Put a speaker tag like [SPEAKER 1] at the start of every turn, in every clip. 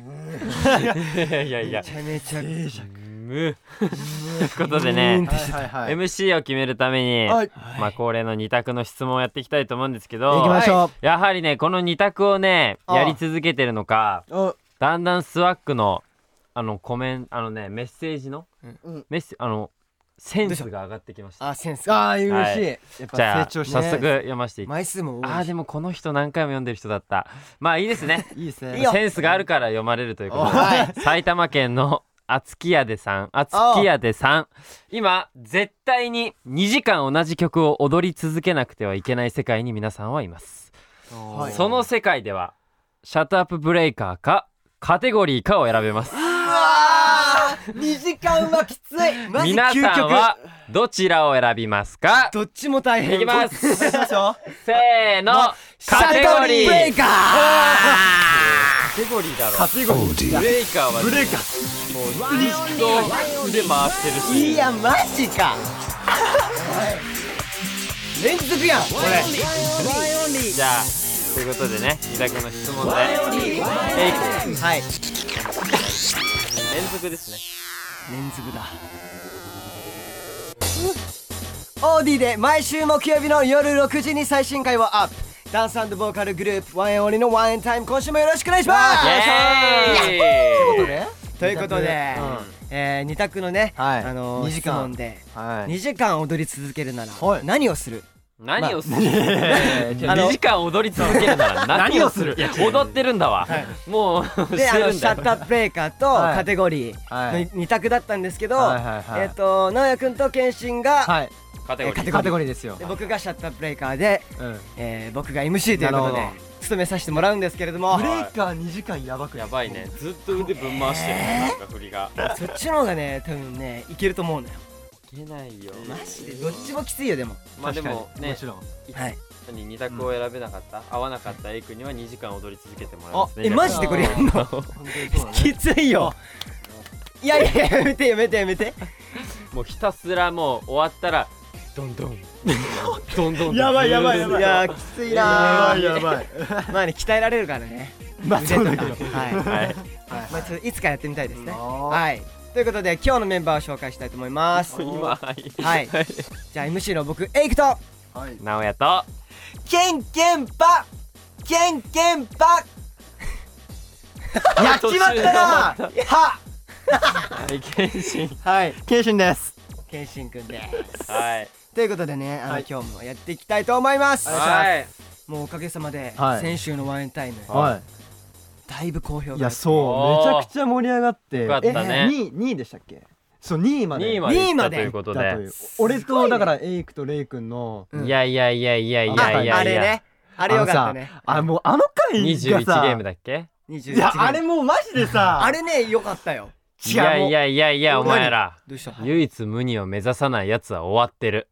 [SPEAKER 1] いやいやいや
[SPEAKER 2] めちゃめちゃ
[SPEAKER 1] むということでね
[SPEAKER 2] はいはいはい
[SPEAKER 1] MC を決めるために、
[SPEAKER 2] はい
[SPEAKER 1] まあ恒例の二択の質問をやっていきたいと思うんですけ
[SPEAKER 2] 行
[SPEAKER 1] ど
[SPEAKER 2] きましょう
[SPEAKER 1] やはりねこの二択をね
[SPEAKER 2] ああ
[SPEAKER 1] やり続けてるのか
[SPEAKER 2] あ
[SPEAKER 1] だんだんスワックのあのコメンあのねメッセージの、
[SPEAKER 2] うん
[SPEAKER 1] メッセあのセンスが上がってきました
[SPEAKER 3] あセンスか
[SPEAKER 2] あー嬉しい
[SPEAKER 1] は
[SPEAKER 2] やっ
[SPEAKER 1] じゃ
[SPEAKER 2] ぱ
[SPEAKER 1] あ
[SPEAKER 2] 成長し
[SPEAKER 1] 早
[SPEAKER 2] た
[SPEAKER 1] 速読ませていき
[SPEAKER 3] 枚数も
[SPEAKER 1] あ
[SPEAKER 3] 多
[SPEAKER 1] ー
[SPEAKER 3] いし
[SPEAKER 1] でもこの人何回も読んでる人だったまあいいですね
[SPEAKER 2] いいです
[SPEAKER 3] いい
[SPEAKER 2] ね
[SPEAKER 3] よ
[SPEAKER 1] センスがあるから読まれるということで
[SPEAKER 3] はい
[SPEAKER 1] 埼玉県のあつきやでさんあつきやでさん今絶対に2時間同じ曲を踊り続けなくてはいけない世界に皆さんはいます、
[SPEAKER 3] はい
[SPEAKER 1] その世界ではシャットアップブレイカーかカテゴリーかを選べます
[SPEAKER 3] うわー2時間はきついマ ジ
[SPEAKER 1] 皆
[SPEAKER 3] 究
[SPEAKER 1] さん
[SPEAKER 3] 極
[SPEAKER 1] はどちらを選びますか
[SPEAKER 3] どっちも大変
[SPEAKER 1] いきます
[SPEAKER 3] どっちもいきますよ
[SPEAKER 1] せーのカテゴリ
[SPEAKER 3] シャトルブレ
[SPEAKER 1] ー
[SPEAKER 3] イカー
[SPEAKER 1] カテゴリーだろカテゴリーブレイカーはブレイカーもうずっと腕回してるし
[SPEAKER 3] いやマジか連続やんこれ
[SPEAKER 1] じゃあということでね伊田君の質問でえい
[SPEAKER 3] はい
[SPEAKER 1] 連続ですね
[SPEAKER 3] 連続だオーディで毎週木曜日の夜6時に最新回をアップダンスボーカルグループワンエンオンリーのワンエンタイム今週もよろしくお願いします
[SPEAKER 1] イエーイ
[SPEAKER 3] ということで、えー、二択のね、
[SPEAKER 2] はい
[SPEAKER 3] あのー、
[SPEAKER 2] 二時
[SPEAKER 3] 質
[SPEAKER 2] 間
[SPEAKER 3] 問で、
[SPEAKER 2] はい
[SPEAKER 3] 2時間踊り続けるなら、
[SPEAKER 2] はい
[SPEAKER 3] 何をする
[SPEAKER 1] 何をする、2時間踊り続けるなら何をする踊ってるんだわ、もうして
[SPEAKER 3] であの
[SPEAKER 1] るん
[SPEAKER 3] シ
[SPEAKER 1] だ
[SPEAKER 3] ャ
[SPEAKER 1] よ
[SPEAKER 3] ッターブレーカーと
[SPEAKER 2] はい
[SPEAKER 3] カテゴリ
[SPEAKER 2] は
[SPEAKER 3] ー
[SPEAKER 2] い
[SPEAKER 3] の二択だったんですけど、
[SPEAKER 2] はいはいはい
[SPEAKER 3] えっ、と直哉君と健信が、
[SPEAKER 2] はい
[SPEAKER 1] カテ
[SPEAKER 3] え
[SPEAKER 1] ゴ
[SPEAKER 3] ー
[SPEAKER 1] リー
[SPEAKER 3] カテゴ
[SPEAKER 2] カ
[SPEAKER 3] リ
[SPEAKER 2] テ
[SPEAKER 3] ー
[SPEAKER 2] ゴリーですよ
[SPEAKER 3] で僕がシャッターブレーカーで、
[SPEAKER 2] うん
[SPEAKER 3] えー僕が MC ということで
[SPEAKER 1] なるほ
[SPEAKER 3] 務めさせてもらうんですけれども
[SPEAKER 2] ブレイカー2時間やばくな
[SPEAKER 1] や
[SPEAKER 2] い
[SPEAKER 1] ばいねずっと腕ぶん回してるね、なんか振りが
[SPEAKER 3] そっちの方がね多分ねいけると思うのよ
[SPEAKER 1] いけないよ
[SPEAKER 3] マジでどっちもきついよでも
[SPEAKER 1] まあでも
[SPEAKER 2] 確かに
[SPEAKER 1] ね
[SPEAKER 2] もちろん
[SPEAKER 3] はい
[SPEAKER 1] 何二択を選べなかった、合わなかったエイ君には2時間踊り続けてもらいますね
[SPEAKER 3] えマジでこれやんのきついよいやいややめてやめてやめて
[SPEAKER 1] もうひたすらもう終わったらどんどんどんどん
[SPEAKER 2] やばいやばい
[SPEAKER 3] い
[SPEAKER 2] や
[SPEAKER 3] やー
[SPEAKER 2] ば
[SPEAKER 3] きついなー
[SPEAKER 2] ばい
[SPEAKER 3] まあね鍛えられるからね
[SPEAKER 2] まあそうだけど
[SPEAKER 3] はい
[SPEAKER 1] はい
[SPEAKER 3] まあちょっといつかやってみたい ですね
[SPEAKER 2] は
[SPEAKER 3] はいということで今日のメンバーを紹介したいと思います
[SPEAKER 1] 今はい
[SPEAKER 3] はいじゃあ MC の僕エイクと
[SPEAKER 2] い
[SPEAKER 1] 直哉と
[SPEAKER 3] ケンケンパケンケンパ
[SPEAKER 1] やっ
[SPEAKER 2] 決まったなは
[SPEAKER 1] 謙信
[SPEAKER 3] はい
[SPEAKER 2] 謙信です
[SPEAKER 3] ケンシンくんで
[SPEAKER 1] はい
[SPEAKER 3] ということでねあの、
[SPEAKER 2] はい
[SPEAKER 3] 今日もやっていきたいと思います
[SPEAKER 1] はい
[SPEAKER 3] もうおかげさまで、
[SPEAKER 2] はい
[SPEAKER 3] 先週のワインタイム
[SPEAKER 2] は
[SPEAKER 3] だいぶ好評
[SPEAKER 2] いい
[SPEAKER 3] が
[SPEAKER 2] やそうめちゃくちゃ盛り上がって
[SPEAKER 1] よかったね
[SPEAKER 2] 2位2位でしたっけそう2位まで
[SPEAKER 1] 2位
[SPEAKER 2] だ
[SPEAKER 1] まで行ったと
[SPEAKER 3] 二位まで
[SPEAKER 1] いうこと
[SPEAKER 2] とい
[SPEAKER 1] で
[SPEAKER 2] う俺とだからエイクとレイ君の
[SPEAKER 3] うん
[SPEAKER 1] いやいやいやいやい
[SPEAKER 3] あ
[SPEAKER 1] やいや
[SPEAKER 3] あ
[SPEAKER 1] い
[SPEAKER 3] れ
[SPEAKER 1] や
[SPEAKER 3] ねあれよかったね
[SPEAKER 2] あもうあの回が
[SPEAKER 1] 21
[SPEAKER 2] さ
[SPEAKER 1] ゲームだっけ
[SPEAKER 3] 21
[SPEAKER 2] いやあれ
[SPEAKER 3] も
[SPEAKER 2] もうマジでさ
[SPEAKER 3] あれねよかったよ
[SPEAKER 1] いやい
[SPEAKER 2] や
[SPEAKER 1] やいやいやお前ら
[SPEAKER 3] どうしたあ
[SPEAKER 1] 唯一無二を目指さないやつは終わってる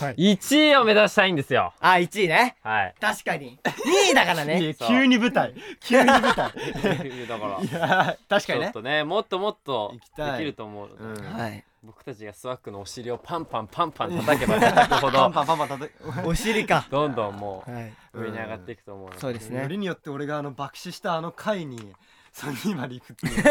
[SPEAKER 1] 1位を目指したいんですよ
[SPEAKER 3] 1位ね
[SPEAKER 1] はい
[SPEAKER 3] 確かに2位だからね
[SPEAKER 2] 急に舞台急に舞台
[SPEAKER 1] だから
[SPEAKER 2] いや確
[SPEAKER 1] ち
[SPEAKER 2] かに
[SPEAKER 1] ょ
[SPEAKER 2] ね
[SPEAKER 1] っとねもっともっと
[SPEAKER 2] 行きた
[SPEAKER 1] で
[SPEAKER 2] い
[SPEAKER 1] きると思うので
[SPEAKER 3] はい
[SPEAKER 1] 僕たちがスワックのお尻をパンパンパンパン叩けば叩くほ ど
[SPEAKER 2] ンパンパン叩く
[SPEAKER 3] お尻か
[SPEAKER 1] どんどんも
[SPEAKER 3] はい、
[SPEAKER 1] う上に上がっていくと思うので
[SPEAKER 3] そうです
[SPEAKER 2] よ
[SPEAKER 3] ね
[SPEAKER 2] りによって俺があの爆死したあの回に3人まで行くっ ていう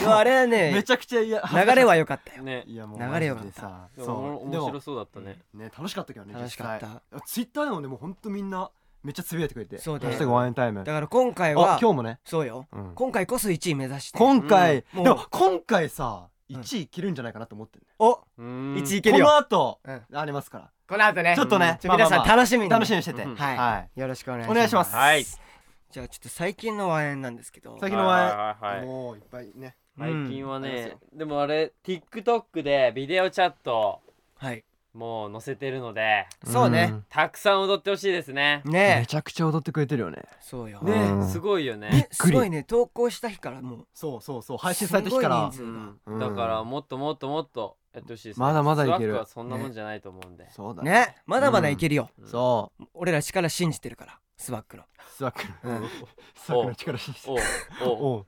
[SPEAKER 3] でもあれは
[SPEAKER 2] め
[SPEAKER 3] ね
[SPEAKER 2] ちゃくちゃいや
[SPEAKER 3] 流れは良かったよ
[SPEAKER 1] ね
[SPEAKER 2] いやもう
[SPEAKER 3] 流れよかった
[SPEAKER 2] マジでさ
[SPEAKER 1] でも
[SPEAKER 2] そう
[SPEAKER 1] 面
[SPEAKER 2] でも
[SPEAKER 1] 白そうだったね
[SPEAKER 2] ね楽しかったけどね
[SPEAKER 3] 楽しかった
[SPEAKER 2] 実際ツイッターでもねもうほんとみんなめっちゃつぶやいてくれて
[SPEAKER 3] そうだ
[SPEAKER 2] ハ
[SPEAKER 3] よ
[SPEAKER 2] ッシュタグワンエンタイム」あ
[SPEAKER 3] だから今回
[SPEAKER 2] 今
[SPEAKER 3] は
[SPEAKER 2] 日もね
[SPEAKER 3] そうよ
[SPEAKER 2] うん
[SPEAKER 3] 今回こそ1位目指して
[SPEAKER 2] 今回
[SPEAKER 3] うん
[SPEAKER 2] で
[SPEAKER 3] も
[SPEAKER 2] も今回さ
[SPEAKER 3] うん
[SPEAKER 2] 1位いけるんじゃないかなと思ってるね
[SPEAKER 3] お
[SPEAKER 1] うーん
[SPEAKER 3] 1位いけ
[SPEAKER 2] こ
[SPEAKER 3] るよ
[SPEAKER 2] の後
[SPEAKER 3] うん
[SPEAKER 2] ありますから
[SPEAKER 3] この後ね
[SPEAKER 2] ちょっとね
[SPEAKER 3] ちょ皆さん
[SPEAKER 2] まあまあま
[SPEAKER 3] 楽しみ
[SPEAKER 2] あ
[SPEAKER 3] に
[SPEAKER 2] 楽しみにしてて
[SPEAKER 1] うん
[SPEAKER 3] はい、
[SPEAKER 2] は
[SPEAKER 3] よろしくお願いし
[SPEAKER 2] お願いします
[SPEAKER 1] はい
[SPEAKER 3] じゃあちょっと最近のワインなんですけど
[SPEAKER 2] 最近の
[SPEAKER 1] はい
[SPEAKER 2] ワ
[SPEAKER 1] はいはい
[SPEAKER 2] イ
[SPEAKER 1] はい
[SPEAKER 2] もういっぱいね
[SPEAKER 1] 最近は
[SPEAKER 2] うんあり
[SPEAKER 1] ね
[SPEAKER 2] ま
[SPEAKER 1] でもあれ TikTok でビデオチャット
[SPEAKER 3] はい
[SPEAKER 1] もう載せてるので
[SPEAKER 3] そうね
[SPEAKER 1] たくさん踊ってほしいですね
[SPEAKER 2] め
[SPEAKER 3] ね
[SPEAKER 2] ちゃくちゃ踊ってくれてるよね
[SPEAKER 3] えそうよ
[SPEAKER 2] ねうん
[SPEAKER 1] すごいよね
[SPEAKER 3] ねすごいね投稿した日からもう
[SPEAKER 2] そうそうそう配信された日から
[SPEAKER 3] す
[SPEAKER 1] う
[SPEAKER 3] ごい人数
[SPEAKER 1] ん
[SPEAKER 2] うん
[SPEAKER 1] だからもっともっともっとやってほしいですね
[SPEAKER 2] まだまだいけ
[SPEAKER 1] スワッ
[SPEAKER 2] る
[SPEAKER 1] クはそんなもんじゃないと思うんで
[SPEAKER 2] そうだ
[SPEAKER 3] ねまだまだいけるよ、
[SPEAKER 1] うん
[SPEAKER 2] そう
[SPEAKER 3] 俺ら力信じてるからスワックの
[SPEAKER 2] スワック
[SPEAKER 3] うん
[SPEAKER 2] スワックの力信じて
[SPEAKER 1] おうおう
[SPEAKER 2] おう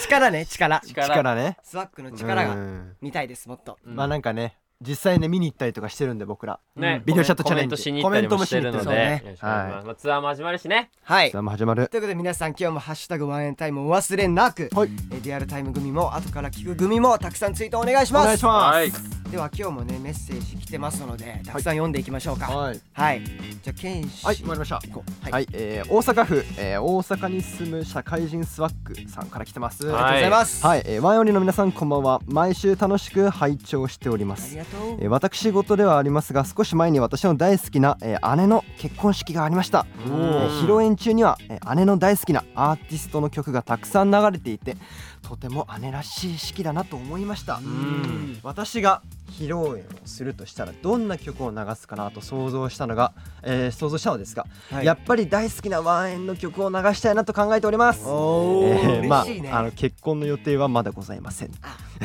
[SPEAKER 3] 力ね力
[SPEAKER 1] 力
[SPEAKER 2] 力ね
[SPEAKER 3] スワックの力が
[SPEAKER 2] うん
[SPEAKER 3] 見たいですもっと
[SPEAKER 1] うん
[SPEAKER 2] まあなんかね実際ね見に行ったりとかしてるんで僕ら
[SPEAKER 1] ね、
[SPEAKER 2] ビデオチャットチャレ
[SPEAKER 1] コメ
[SPEAKER 2] ンジ
[SPEAKER 1] ントしに行ったりもしてるので、
[SPEAKER 2] コメントもしに行ってるそうね
[SPEAKER 1] よろしくお願いしますまあツアーも始まるしね。
[SPEAKER 3] はい
[SPEAKER 2] さあもう始まる
[SPEAKER 3] ということで皆さん今日も「ハッシュタグワンエンタイム」お忘れなく、
[SPEAKER 2] はい
[SPEAKER 3] えーリアルタイム組も後から聞く組もたくさんツイートお願いし
[SPEAKER 2] お
[SPEAKER 3] ます
[SPEAKER 2] 願いします
[SPEAKER 1] い。
[SPEAKER 3] では今日もねメッセージ来てますのでたくさん読んでいきましょうかはい、
[SPEAKER 2] はい
[SPEAKER 3] じゃあケンシ
[SPEAKER 2] はい終わりました
[SPEAKER 3] 行こう
[SPEAKER 2] は、
[SPEAKER 3] はいい、
[SPEAKER 2] えー大阪府、えー大阪に住む社会人スワックさんから来てます
[SPEAKER 3] ありがとうございます、
[SPEAKER 2] はい、えーワイオリの皆さんこんばんは毎週楽しく拝聴しておりま
[SPEAKER 3] あり
[SPEAKER 2] す
[SPEAKER 3] がとう
[SPEAKER 2] えー私事ではありますが少し前に私の大好きな、えー姉の結婚式がありました、え
[SPEAKER 1] お
[SPEAKER 2] ー
[SPEAKER 1] ー
[SPEAKER 2] 披露宴中には、えー姉の大好きなアーティストの曲がたくさん流れていてとても姉らしい式だなと思いました
[SPEAKER 1] ん
[SPEAKER 2] 私が披露宴をするとしたらどんな曲を流すかなと想像したのが、えー想像したのですが、
[SPEAKER 3] はい
[SPEAKER 2] やっぱり大好きなワンエンの曲を流したいなと考えております
[SPEAKER 3] おー
[SPEAKER 2] えーま
[SPEAKER 3] 嬉しいね
[SPEAKER 2] あ、あの結婚の予定はまだございません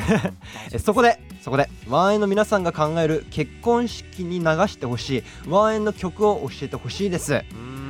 [SPEAKER 3] 大丈
[SPEAKER 2] えそこでそこでワンエンの皆さんが考える結婚式に流してほしいワンエンの曲を教えてほしいです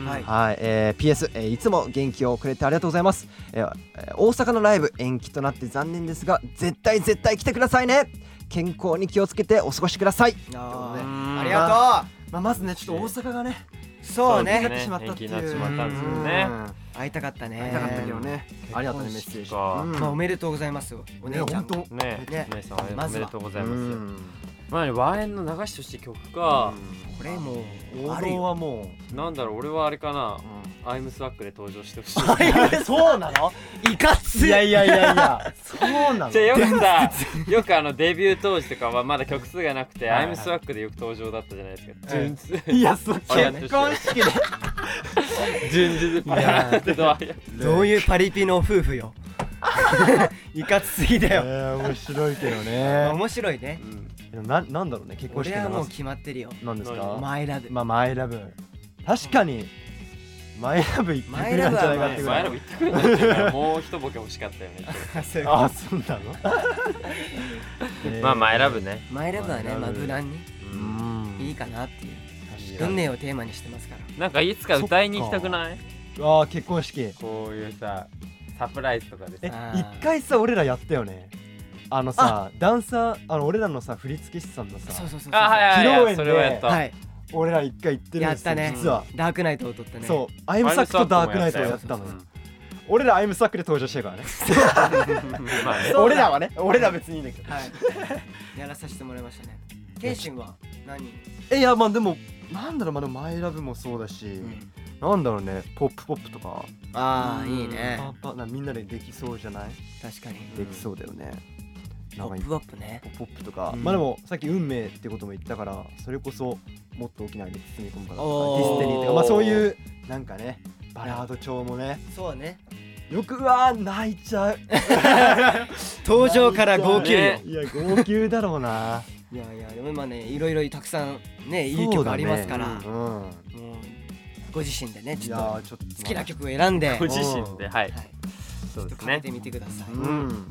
[SPEAKER 3] はい
[SPEAKER 2] はい、えー PS、えーいつも元気をくれてありがとうございます、えーえー大阪のライブ延期となって残念ですが絶対絶対来てくださいね健康に気をつけてお過ごしください
[SPEAKER 3] 夫
[SPEAKER 2] ということで
[SPEAKER 3] あーありが
[SPEAKER 2] まあ、まずねちょっと大阪がね
[SPEAKER 3] とうそう
[SPEAKER 1] そう
[SPEAKER 3] ね
[SPEAKER 1] ですね延期になっちまったんですよね
[SPEAKER 2] ね
[SPEAKER 3] 会いたかったね
[SPEAKER 2] 会いたかったけどねありがとうねメッセージうん
[SPEAKER 3] まあおめでとうございますよお姉ちゃん
[SPEAKER 2] ね
[SPEAKER 3] も
[SPEAKER 2] 本
[SPEAKER 1] ね
[SPEAKER 3] ね
[SPEAKER 1] お姉さんお
[SPEAKER 3] まず
[SPEAKER 1] め
[SPEAKER 3] は
[SPEAKER 1] でとうございます。
[SPEAKER 2] うん
[SPEAKER 1] まあねワンエンの流してほしい曲か。
[SPEAKER 3] これもう
[SPEAKER 2] 王
[SPEAKER 3] ある
[SPEAKER 2] 道
[SPEAKER 3] よ
[SPEAKER 2] はも
[SPEAKER 1] なんだろう俺はあれかな
[SPEAKER 2] う、。
[SPEAKER 1] アイムスワックで登場してほしい。
[SPEAKER 2] そうなの？
[SPEAKER 3] いか
[SPEAKER 2] い
[SPEAKER 3] つ
[SPEAKER 2] やいやいやいや。そうなの
[SPEAKER 1] じゃあ。よくさよくあのデビュー当時とかはまだ曲数がなくて、
[SPEAKER 2] はいは
[SPEAKER 1] ア
[SPEAKER 2] い
[SPEAKER 1] イムスワックでよく登場だったじゃないですか。
[SPEAKER 3] はい
[SPEAKER 1] 順次
[SPEAKER 2] いやそう
[SPEAKER 1] あやっ
[SPEAKER 2] 結婚式で。
[SPEAKER 1] 順次でパラーンってドア開けて
[SPEAKER 3] どういうパリピの夫婦 よいかつすぎだ
[SPEAKER 2] え
[SPEAKER 3] よ
[SPEAKER 2] ー面白いけ ど
[SPEAKER 3] まあ
[SPEAKER 2] ね。
[SPEAKER 3] 面白いね
[SPEAKER 1] うん
[SPEAKER 2] でもなんなんだろうね結婚
[SPEAKER 3] 俺
[SPEAKER 2] 式
[SPEAKER 3] はも
[SPEAKER 2] の
[SPEAKER 3] う決まってるよ
[SPEAKER 2] なんですか？
[SPEAKER 3] マイラブ
[SPEAKER 2] まあマイラブ。確かにマイラブ一ってくれたんじゃないかってぐら
[SPEAKER 1] 前
[SPEAKER 2] い
[SPEAKER 1] の。も言ってくれないってからもう一ボケ欲しかったよね
[SPEAKER 3] そういうこと
[SPEAKER 2] あそうな の？えー
[SPEAKER 1] まあまあ選ぶね
[SPEAKER 3] マイラブはね
[SPEAKER 2] マイラブ
[SPEAKER 3] まあ無難に
[SPEAKER 2] う
[SPEAKER 1] うん
[SPEAKER 3] いいかなっていう
[SPEAKER 1] いや
[SPEAKER 3] 運命をテーマにしてますから
[SPEAKER 1] なんかいつか歌いに行きたくない
[SPEAKER 2] あー結婚式。
[SPEAKER 1] こういうさサプライズとかで
[SPEAKER 2] え
[SPEAKER 1] さ
[SPEAKER 3] あ
[SPEAKER 2] 一
[SPEAKER 3] ー
[SPEAKER 2] 回さ俺らやったよね。あのさダンサーあの俺らのさ振付師さんのさ
[SPEAKER 3] そうそうそうそう
[SPEAKER 1] あはいはいはい
[SPEAKER 2] 披露宴で
[SPEAKER 1] それはやった、
[SPEAKER 3] はい
[SPEAKER 2] 俺ら一回行ってるん
[SPEAKER 3] や
[SPEAKER 2] で
[SPEAKER 3] っ
[SPEAKER 2] すよ
[SPEAKER 3] たね
[SPEAKER 2] 実は。
[SPEAKER 3] ダークナイトを撮ったね
[SPEAKER 2] そう、アイムサックとダークナイトをやったのよ。俺らアイムサックで登場してるからね。
[SPEAKER 1] まあね
[SPEAKER 2] 俺らはね、俺ら別にいいんだけど。
[SPEAKER 3] はいやらさせてもらいましたねケンシンは何
[SPEAKER 2] え、いや、まあでも、なんだろう、まあでもマイラブもそうだし、なんだろうね、ポップポップとか、
[SPEAKER 3] ああいいね
[SPEAKER 2] パンパンなみんなでできそうじゃない
[SPEAKER 3] 確かに
[SPEAKER 2] できそうだよね。な
[SPEAKER 3] ポ
[SPEAKER 2] んかい
[SPEAKER 3] ッ
[SPEAKER 2] い
[SPEAKER 3] プアップね
[SPEAKER 2] ポップポップとか、
[SPEAKER 3] うん
[SPEAKER 2] まあでもさっき運命ってことも言ったからそれこそもっと大きなので包み込むから
[SPEAKER 3] おー
[SPEAKER 2] とかディスティニーとかまあそういうなんかねバラード調もね
[SPEAKER 3] そうね
[SPEAKER 2] よくうわー泣いちゃう
[SPEAKER 3] 登場から号泣よ
[SPEAKER 1] ね
[SPEAKER 2] いや号泣だろうない
[SPEAKER 3] やいやでも今ねいろいろたくさんね いい曲ありますから
[SPEAKER 2] そうだねうん
[SPEAKER 3] もうご自身でね
[SPEAKER 2] い
[SPEAKER 3] ち
[SPEAKER 2] や
[SPEAKER 3] ょっ
[SPEAKER 2] ーちょっ
[SPEAKER 3] と
[SPEAKER 2] と
[SPEAKER 3] 好きな曲を選んで、はい、
[SPEAKER 1] ご
[SPEAKER 3] ち
[SPEAKER 1] 自身ではいそ
[SPEAKER 3] ょ
[SPEAKER 1] う
[SPEAKER 3] っ
[SPEAKER 1] で
[SPEAKER 3] と
[SPEAKER 1] す
[SPEAKER 3] かけ
[SPEAKER 1] ね
[SPEAKER 3] てみてください、
[SPEAKER 2] うん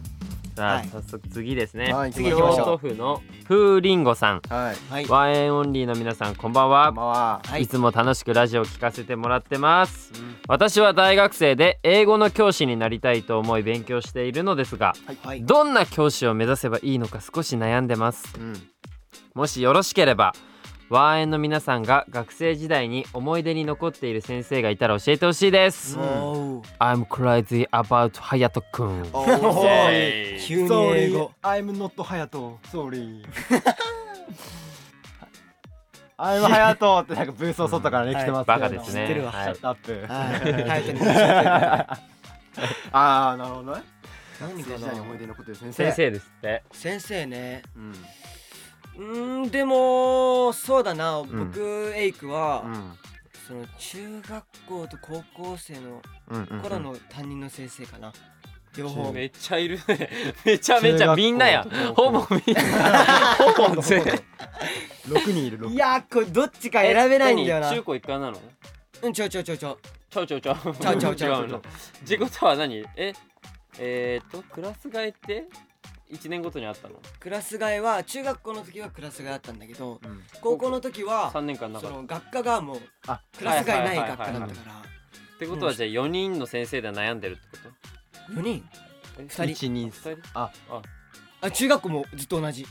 [SPEAKER 1] さ
[SPEAKER 3] は
[SPEAKER 1] あ
[SPEAKER 3] い
[SPEAKER 1] 早速次ですね
[SPEAKER 2] はい
[SPEAKER 3] 次行きまし
[SPEAKER 1] 京
[SPEAKER 3] ょう
[SPEAKER 1] 都府のふーりんごさん
[SPEAKER 2] はい
[SPEAKER 3] はい
[SPEAKER 1] ワンエンオンリーの皆さんこんばんは
[SPEAKER 2] こんばんは
[SPEAKER 3] はい
[SPEAKER 1] いつも楽しくラジオを聞かせてもらってます、私は大学生で英語の教師になりたいと思い勉強しているのですが
[SPEAKER 3] はいはい
[SPEAKER 1] どんな教師を目指せばいいのか少し悩んでます
[SPEAKER 2] うん
[SPEAKER 1] もしよろしければワンエンの皆さんが学生時代に思い出に残っている先生がいたら教えてほしいです、
[SPEAKER 3] お
[SPEAKER 1] I'm crazy about Hayato くん
[SPEAKER 2] お
[SPEAKER 3] ー
[SPEAKER 2] ー
[SPEAKER 1] イエーイ
[SPEAKER 3] 急に英語
[SPEAKER 2] I'm not Hayato Sorry I'm Hayato ってなんかブースを外からね
[SPEAKER 3] はい
[SPEAKER 2] 来てますけ
[SPEAKER 1] バ
[SPEAKER 2] ど
[SPEAKER 1] カです
[SPEAKER 3] 知って
[SPEAKER 1] ね
[SPEAKER 3] るわ
[SPEAKER 1] はい
[SPEAKER 2] シャットアップ
[SPEAKER 3] はい
[SPEAKER 2] ああなるほどね
[SPEAKER 3] 何か
[SPEAKER 2] 学生時
[SPEAKER 3] な
[SPEAKER 2] 代に思い出に残ってる先生
[SPEAKER 1] 先生ですって
[SPEAKER 3] 先生ね
[SPEAKER 2] うん
[SPEAKER 3] うーんでもそうだな、
[SPEAKER 2] ん
[SPEAKER 3] 僕エイクは、
[SPEAKER 2] うん
[SPEAKER 3] その中学校と高校生の
[SPEAKER 2] うんうん
[SPEAKER 3] 頃の担任の先生かな、両
[SPEAKER 2] う
[SPEAKER 3] 方
[SPEAKER 2] ん
[SPEAKER 1] めっちゃいるねめちゃめち
[SPEAKER 2] 中学
[SPEAKER 1] ゃ
[SPEAKER 2] 校
[SPEAKER 1] みんなや
[SPEAKER 2] 高
[SPEAKER 1] ほ
[SPEAKER 2] 校
[SPEAKER 1] ぼみんなほぼ全員
[SPEAKER 2] 6人いる6
[SPEAKER 3] い
[SPEAKER 2] 人
[SPEAKER 3] やーこれどっちか選べないんだよな
[SPEAKER 1] え何中高一貫なの
[SPEAKER 3] うんちょちょちょちょ
[SPEAKER 1] ちょうちょうちょう
[SPEAKER 3] ちゃうちゃうちゃう
[SPEAKER 1] 違の自己とは何ええー、っとクラス替えって一年ごとにあったの
[SPEAKER 3] クラス替えは中学校の時はクラス替えだったんだけど
[SPEAKER 2] うん
[SPEAKER 3] 高校の時は
[SPEAKER 1] 三年間なか
[SPEAKER 3] そ
[SPEAKER 1] ったっ
[SPEAKER 3] の学科がもう
[SPEAKER 2] あ
[SPEAKER 3] クラス替えない学科
[SPEAKER 1] はいはい
[SPEAKER 3] だ
[SPEAKER 2] は
[SPEAKER 3] っ
[SPEAKER 2] い
[SPEAKER 3] たから
[SPEAKER 1] てことはじゃあ四人の先生で悩んでるってこ
[SPEAKER 3] 4人
[SPEAKER 1] とえ
[SPEAKER 3] 二人
[SPEAKER 2] 1 2
[SPEAKER 1] 二人
[SPEAKER 2] あ
[SPEAKER 3] あ中学校もずっと同じ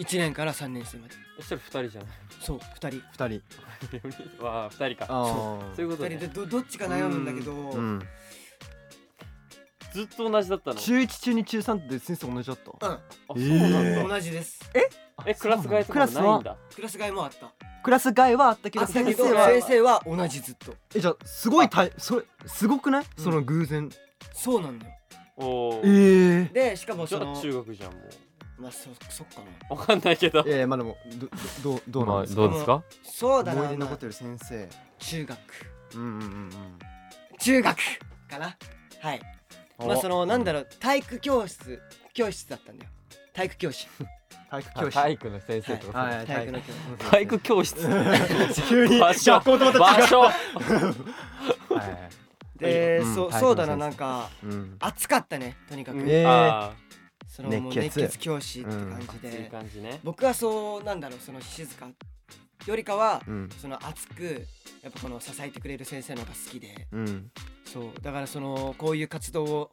[SPEAKER 3] 1年から3年生まで
[SPEAKER 1] それ二人じゃない
[SPEAKER 3] そう2人
[SPEAKER 2] 二 人
[SPEAKER 1] わあ二人か
[SPEAKER 2] ああ
[SPEAKER 1] そういうこと
[SPEAKER 3] 2人で
[SPEAKER 1] ね
[SPEAKER 3] どどっちか悩むんだけど、
[SPEAKER 2] うん
[SPEAKER 1] ずっと同じだったの
[SPEAKER 2] 中1中2中3って先生同じだった
[SPEAKER 1] あそうなんだ
[SPEAKER 2] え
[SPEAKER 3] 同じです
[SPEAKER 1] えクラス替えとかもないんだ
[SPEAKER 3] クラス替えもあった
[SPEAKER 2] クラス替えはあったけ
[SPEAKER 3] あ
[SPEAKER 2] ど
[SPEAKER 3] ったけ
[SPEAKER 2] 先生
[SPEAKER 3] ど
[SPEAKER 2] は
[SPEAKER 3] 先生は同じずっと
[SPEAKER 2] えじゃあすごいたいそれすごくない、その偶然
[SPEAKER 3] そうなんだよ
[SPEAKER 1] おお
[SPEAKER 2] え
[SPEAKER 3] でしかも
[SPEAKER 1] じ
[SPEAKER 3] そ
[SPEAKER 1] ゃあ
[SPEAKER 3] の
[SPEAKER 1] 中学じゃんも
[SPEAKER 3] まあそそっかな
[SPEAKER 1] うわかんないけど
[SPEAKER 2] えいやいやまあでもどどどうどうなんですか、
[SPEAKER 3] どうですかそうだ
[SPEAKER 2] 思い
[SPEAKER 3] な
[SPEAKER 2] 出に残ってる先生
[SPEAKER 3] 中学
[SPEAKER 2] うんうんうんうん
[SPEAKER 3] 中学かなはいまあそのなんだろう体育教室教室だったんだよ体育教師
[SPEAKER 2] 体育
[SPEAKER 1] あ
[SPEAKER 2] 教師
[SPEAKER 1] 体育の先生とか、
[SPEAKER 2] はい
[SPEAKER 3] 体育の教
[SPEAKER 2] 育
[SPEAKER 1] 体育教室
[SPEAKER 2] 急に
[SPEAKER 1] 場所
[SPEAKER 2] 学校とまた違
[SPEAKER 1] 場所
[SPEAKER 2] うはいはい
[SPEAKER 3] 師で、
[SPEAKER 2] うん
[SPEAKER 3] そう
[SPEAKER 2] 体育の先生
[SPEAKER 3] そうだななんか
[SPEAKER 2] うん
[SPEAKER 3] 暑かったねとにかく、
[SPEAKER 1] うん
[SPEAKER 2] えー
[SPEAKER 1] あ
[SPEAKER 3] そのもう熱
[SPEAKER 2] 熱血
[SPEAKER 3] 血教師って感
[SPEAKER 1] ー
[SPEAKER 3] じ
[SPEAKER 1] 熱い
[SPEAKER 3] で、
[SPEAKER 1] 感じね
[SPEAKER 3] 僕はそうなんだろうその静かよりかは、
[SPEAKER 2] うん
[SPEAKER 3] その熱くやっぱこの支えてくれる先生の方が好きで
[SPEAKER 2] うん
[SPEAKER 3] そうだからそのこういう活動を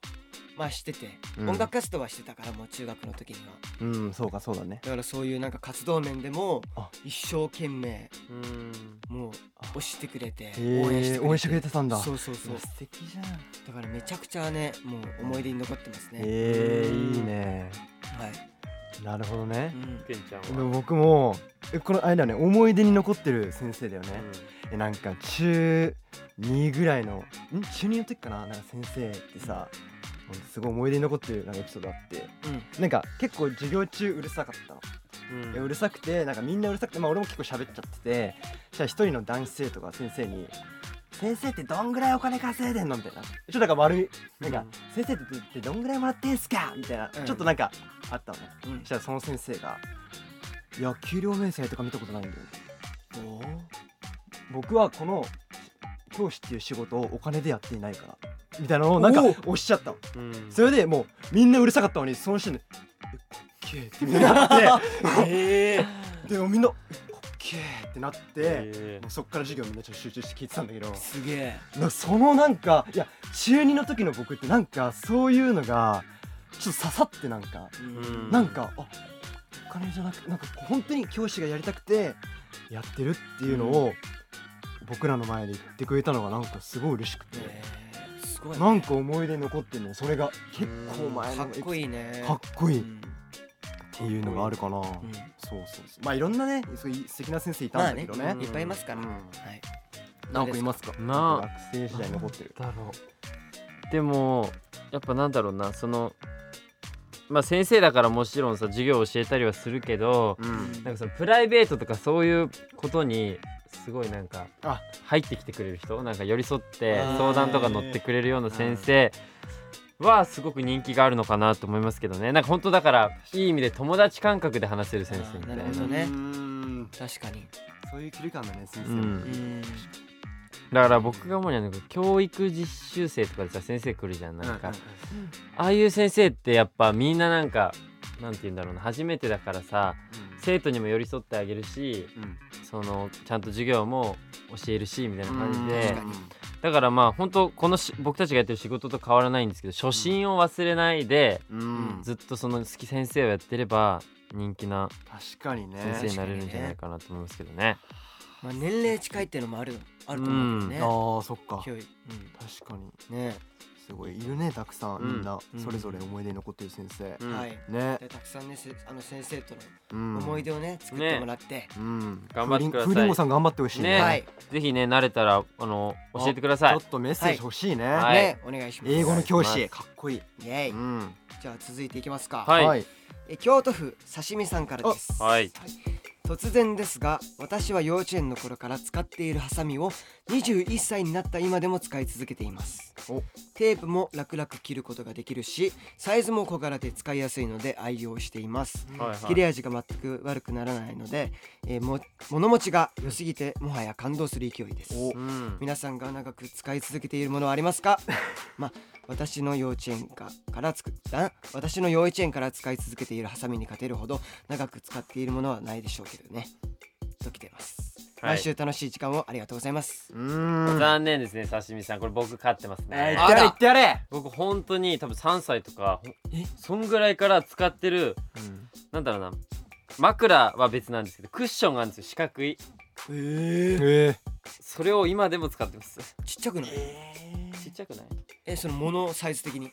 [SPEAKER 3] まあしてて、
[SPEAKER 2] うん
[SPEAKER 3] 音楽活動はしてたからもう中学の時には
[SPEAKER 2] うんそうかそうだね
[SPEAKER 3] だからそういうなんか活動面でも
[SPEAKER 2] あ
[SPEAKER 3] 一生懸命
[SPEAKER 1] うー
[SPEAKER 3] もう押してくれて
[SPEAKER 2] えー
[SPEAKER 3] 応援してくれて,、
[SPEAKER 2] 応援してくれてたんだ
[SPEAKER 3] そうそうそう
[SPEAKER 2] 素敵じゃん
[SPEAKER 3] だからめちゃくちゃねもう思い出に残ってますね、
[SPEAKER 2] えー、いいね
[SPEAKER 3] はい、
[SPEAKER 2] なるほどね
[SPEAKER 3] う、ん
[SPEAKER 1] んけんちゃん
[SPEAKER 2] で
[SPEAKER 1] は、
[SPEAKER 2] も僕もえこのあれだよね思い出に残ってる先生だよね、えなんか中2ぐらいのん中2の時かななんか先生ってさすごい思い出に残ってるなんかエピソードあって
[SPEAKER 3] うん
[SPEAKER 2] なんか結構授業中うるさかったの、
[SPEAKER 1] うんうん
[SPEAKER 2] えうるさくてなんかみんなうるさくて、まあ、俺も結構喋っちゃっててそしたら一人の男子生徒が先生に「先生ってどんぐらいお金稼いでんの?」みたいなちょっとなんか悪いなんか「先生ってどんぐらいもらってんすか?」みたいな、
[SPEAKER 3] うん
[SPEAKER 2] ちょっとなんかあったのね
[SPEAKER 3] うん
[SPEAKER 2] そしたらその先生が「いや給料明細とか見たことないんだよ」
[SPEAKER 3] お
[SPEAKER 2] 僕はこの教師っていう仕事をお金でやっていないからみたいなのをなんか
[SPEAKER 3] お
[SPEAKER 2] おっしゃったの
[SPEAKER 1] うん
[SPEAKER 2] それでもうみんなうるさかったのにその人に「えかっけえ」ってみんななって
[SPEAKER 3] ーええ
[SPEAKER 2] でもみんな「えかっけえ」ってなって、
[SPEAKER 1] え
[SPEAKER 2] もうそっから授業みんなちょっと集中して聞いてたんだけど
[SPEAKER 3] すげえ
[SPEAKER 2] なんかそのなんかいや中2の時の僕ってなんかそういうのがちょっと刺さってなんか
[SPEAKER 3] う
[SPEAKER 1] うん
[SPEAKER 2] なんかあお金じゃなくなんか本当に教師がやりたくてやってるっていうのを僕らの前で言ってくれたのがなんかすごい嬉しくて、
[SPEAKER 3] えーすごいね
[SPEAKER 2] なんか思い出に残ってるのそれが結構前
[SPEAKER 3] か
[SPEAKER 2] の
[SPEAKER 3] っこいいね
[SPEAKER 2] かっこいいっ
[SPEAKER 3] うん
[SPEAKER 2] ていうのがあるかな、
[SPEAKER 3] うん
[SPEAKER 2] そうそうそうまあいろんなねそういう素敵な先生いたん
[SPEAKER 3] まあ
[SPEAKER 2] だ
[SPEAKER 3] ね
[SPEAKER 2] けどね,、
[SPEAKER 1] うん
[SPEAKER 3] いっぱいいますから、
[SPEAKER 2] うん
[SPEAKER 3] はい
[SPEAKER 2] なんかいますか
[SPEAKER 1] なあ
[SPEAKER 2] 学生時代に残ってる
[SPEAKER 1] なんだろうでもやっぱなんだろうなそのまあ先生だからもちろんさ授業を教えたりはするけど、
[SPEAKER 2] うん
[SPEAKER 1] なんかそのプライベートとかそういうことにすごいなんか
[SPEAKER 2] あ
[SPEAKER 1] 入ってきてくれる人なんか寄り添って
[SPEAKER 2] あー
[SPEAKER 1] 相談とか乗ってくれるような先生はすごく人気があるのかなと思いますけどねなんか本当だからいい意味で友達感覚で話せる先生みたい
[SPEAKER 3] あ
[SPEAKER 1] な
[SPEAKER 3] ーなるほどね
[SPEAKER 2] うん
[SPEAKER 3] 確かに
[SPEAKER 2] そういう距離感だね先生
[SPEAKER 1] うん
[SPEAKER 2] も、
[SPEAKER 3] うん
[SPEAKER 1] だから僕が思うにはなんか教育実習生とかでさ先生来るじゃんなんか、
[SPEAKER 2] うん
[SPEAKER 1] ああいう先生ってやっぱみんななんかなんて言うんだろうな初めてだからさ生徒にも寄り添ってあげるし
[SPEAKER 2] うんうん
[SPEAKER 1] そのちゃんと授業も教えるしみたいな感じ
[SPEAKER 2] うん
[SPEAKER 1] で
[SPEAKER 3] 確かに
[SPEAKER 1] だからまあ本当このし僕たちがやってる仕事と変わらないんですけど初心を忘れないで、
[SPEAKER 2] うん
[SPEAKER 1] ずっとその好き先生をやってれば人気な
[SPEAKER 2] 確かにね
[SPEAKER 1] 先生になれるんじゃないかなと思いますけどね。
[SPEAKER 3] まあ年齢近いっていうのもあるあると思うけどね、
[SPEAKER 2] ああそっか
[SPEAKER 3] 教育
[SPEAKER 2] 確かに
[SPEAKER 3] うんね
[SPEAKER 2] すごいいるねたくさん
[SPEAKER 1] うん
[SPEAKER 2] みんな
[SPEAKER 3] うん
[SPEAKER 2] それぞれ思い出に残ってる先生
[SPEAKER 1] うん
[SPEAKER 3] はい
[SPEAKER 2] ね
[SPEAKER 3] でたくさんねせあの先生との
[SPEAKER 2] 思
[SPEAKER 3] 思い出をね、作ってもらって、
[SPEAKER 2] うん
[SPEAKER 1] 頑張ってください
[SPEAKER 2] フリンゴさん頑張ってほしい
[SPEAKER 1] ね
[SPEAKER 3] は
[SPEAKER 2] ね
[SPEAKER 3] い、
[SPEAKER 1] ぜひね慣れたらあの教えてください
[SPEAKER 2] ちょ。っとメッセージ欲しい
[SPEAKER 1] は
[SPEAKER 2] ね
[SPEAKER 1] い
[SPEAKER 3] ねお願いします
[SPEAKER 2] 英語の教
[SPEAKER 1] お願い
[SPEAKER 2] 師
[SPEAKER 1] し
[SPEAKER 2] かっこいい
[SPEAKER 3] イエイ、
[SPEAKER 2] うん
[SPEAKER 3] じゃあ続いていきますか、
[SPEAKER 1] はい
[SPEAKER 2] はい
[SPEAKER 3] え京都府刺身さんからです
[SPEAKER 1] はい。
[SPEAKER 3] 突然ですが私は幼稚園の頃から使っているハサミを21歳になった今でも使い続けています
[SPEAKER 2] お
[SPEAKER 3] テープも楽々切ることができるしサイズも小柄で使いやすいので愛用しています
[SPEAKER 1] はいはい
[SPEAKER 3] 切れ味が全く悪くならないので、えーも物持ちが良すぎてもはや感動する勢いです
[SPEAKER 2] お
[SPEAKER 1] うん
[SPEAKER 3] 皆さんが長く使い続けているものはありま すかまあ私の幼稚園かからつくあ私の幼稚園から使い続けているハサミに勝てるほど長く使っているものはないでしょうけどねときています、
[SPEAKER 1] はい
[SPEAKER 3] 毎週楽しい時間をありがとうございます
[SPEAKER 2] うん
[SPEAKER 1] 残念ですね刺身さんこれ僕勝ってますね。
[SPEAKER 3] あら
[SPEAKER 2] てやれ
[SPEAKER 1] 僕本当に多分3歳とか
[SPEAKER 3] え
[SPEAKER 1] そんぐらいから使ってる
[SPEAKER 2] うん
[SPEAKER 1] なんだろうな枕は別なんですけどクッションがあるんですよ四角い
[SPEAKER 3] ええ
[SPEAKER 2] え
[SPEAKER 1] それを今でも使って ます
[SPEAKER 3] ちっちゃくない
[SPEAKER 1] ちっちゃくない
[SPEAKER 3] えその物サイズ的に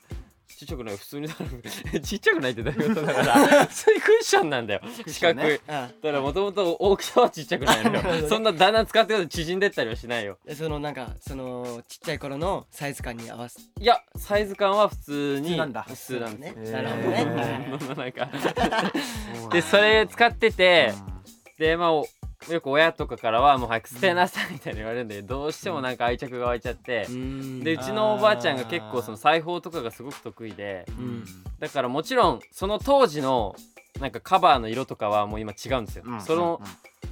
[SPEAKER 1] ちっちゃくない普通にだから ちっちゃくないってどういうことだからそれクッションなんだよ
[SPEAKER 2] ッ
[SPEAKER 1] 四
[SPEAKER 2] ション
[SPEAKER 1] 角
[SPEAKER 2] ね
[SPEAKER 1] い
[SPEAKER 3] あ
[SPEAKER 1] だ
[SPEAKER 3] あ
[SPEAKER 1] からもともと大きさはちっちゃくないの
[SPEAKER 3] なるほど
[SPEAKER 1] よ
[SPEAKER 3] ね
[SPEAKER 1] そんなだんだん使ってくと縮んでったりはしないよ
[SPEAKER 3] えそのなんかそのちっちゃい頃のサイズ感に合わせ
[SPEAKER 1] いやサイズ感は普通
[SPEAKER 2] 普
[SPEAKER 1] に
[SPEAKER 2] 通なんだ
[SPEAKER 1] 普通なん ですよ
[SPEAKER 3] なるほどね、
[SPEAKER 2] えー
[SPEAKER 3] はい
[SPEAKER 1] うんなんか
[SPEAKER 2] ー
[SPEAKER 1] でそれ使ってて
[SPEAKER 2] うん
[SPEAKER 1] でまあおよく親とかからはもう早く捨てなさいみたいに言われるんでどうしてもなんか愛着が湧いちゃって
[SPEAKER 3] うーん
[SPEAKER 1] でうちのおばあちゃんが結構その裁縫とかがすごく得意で
[SPEAKER 3] うん
[SPEAKER 1] だからもちろんその当時のなんかカバーの色とかはもう今違うんですよ、
[SPEAKER 2] うん
[SPEAKER 1] その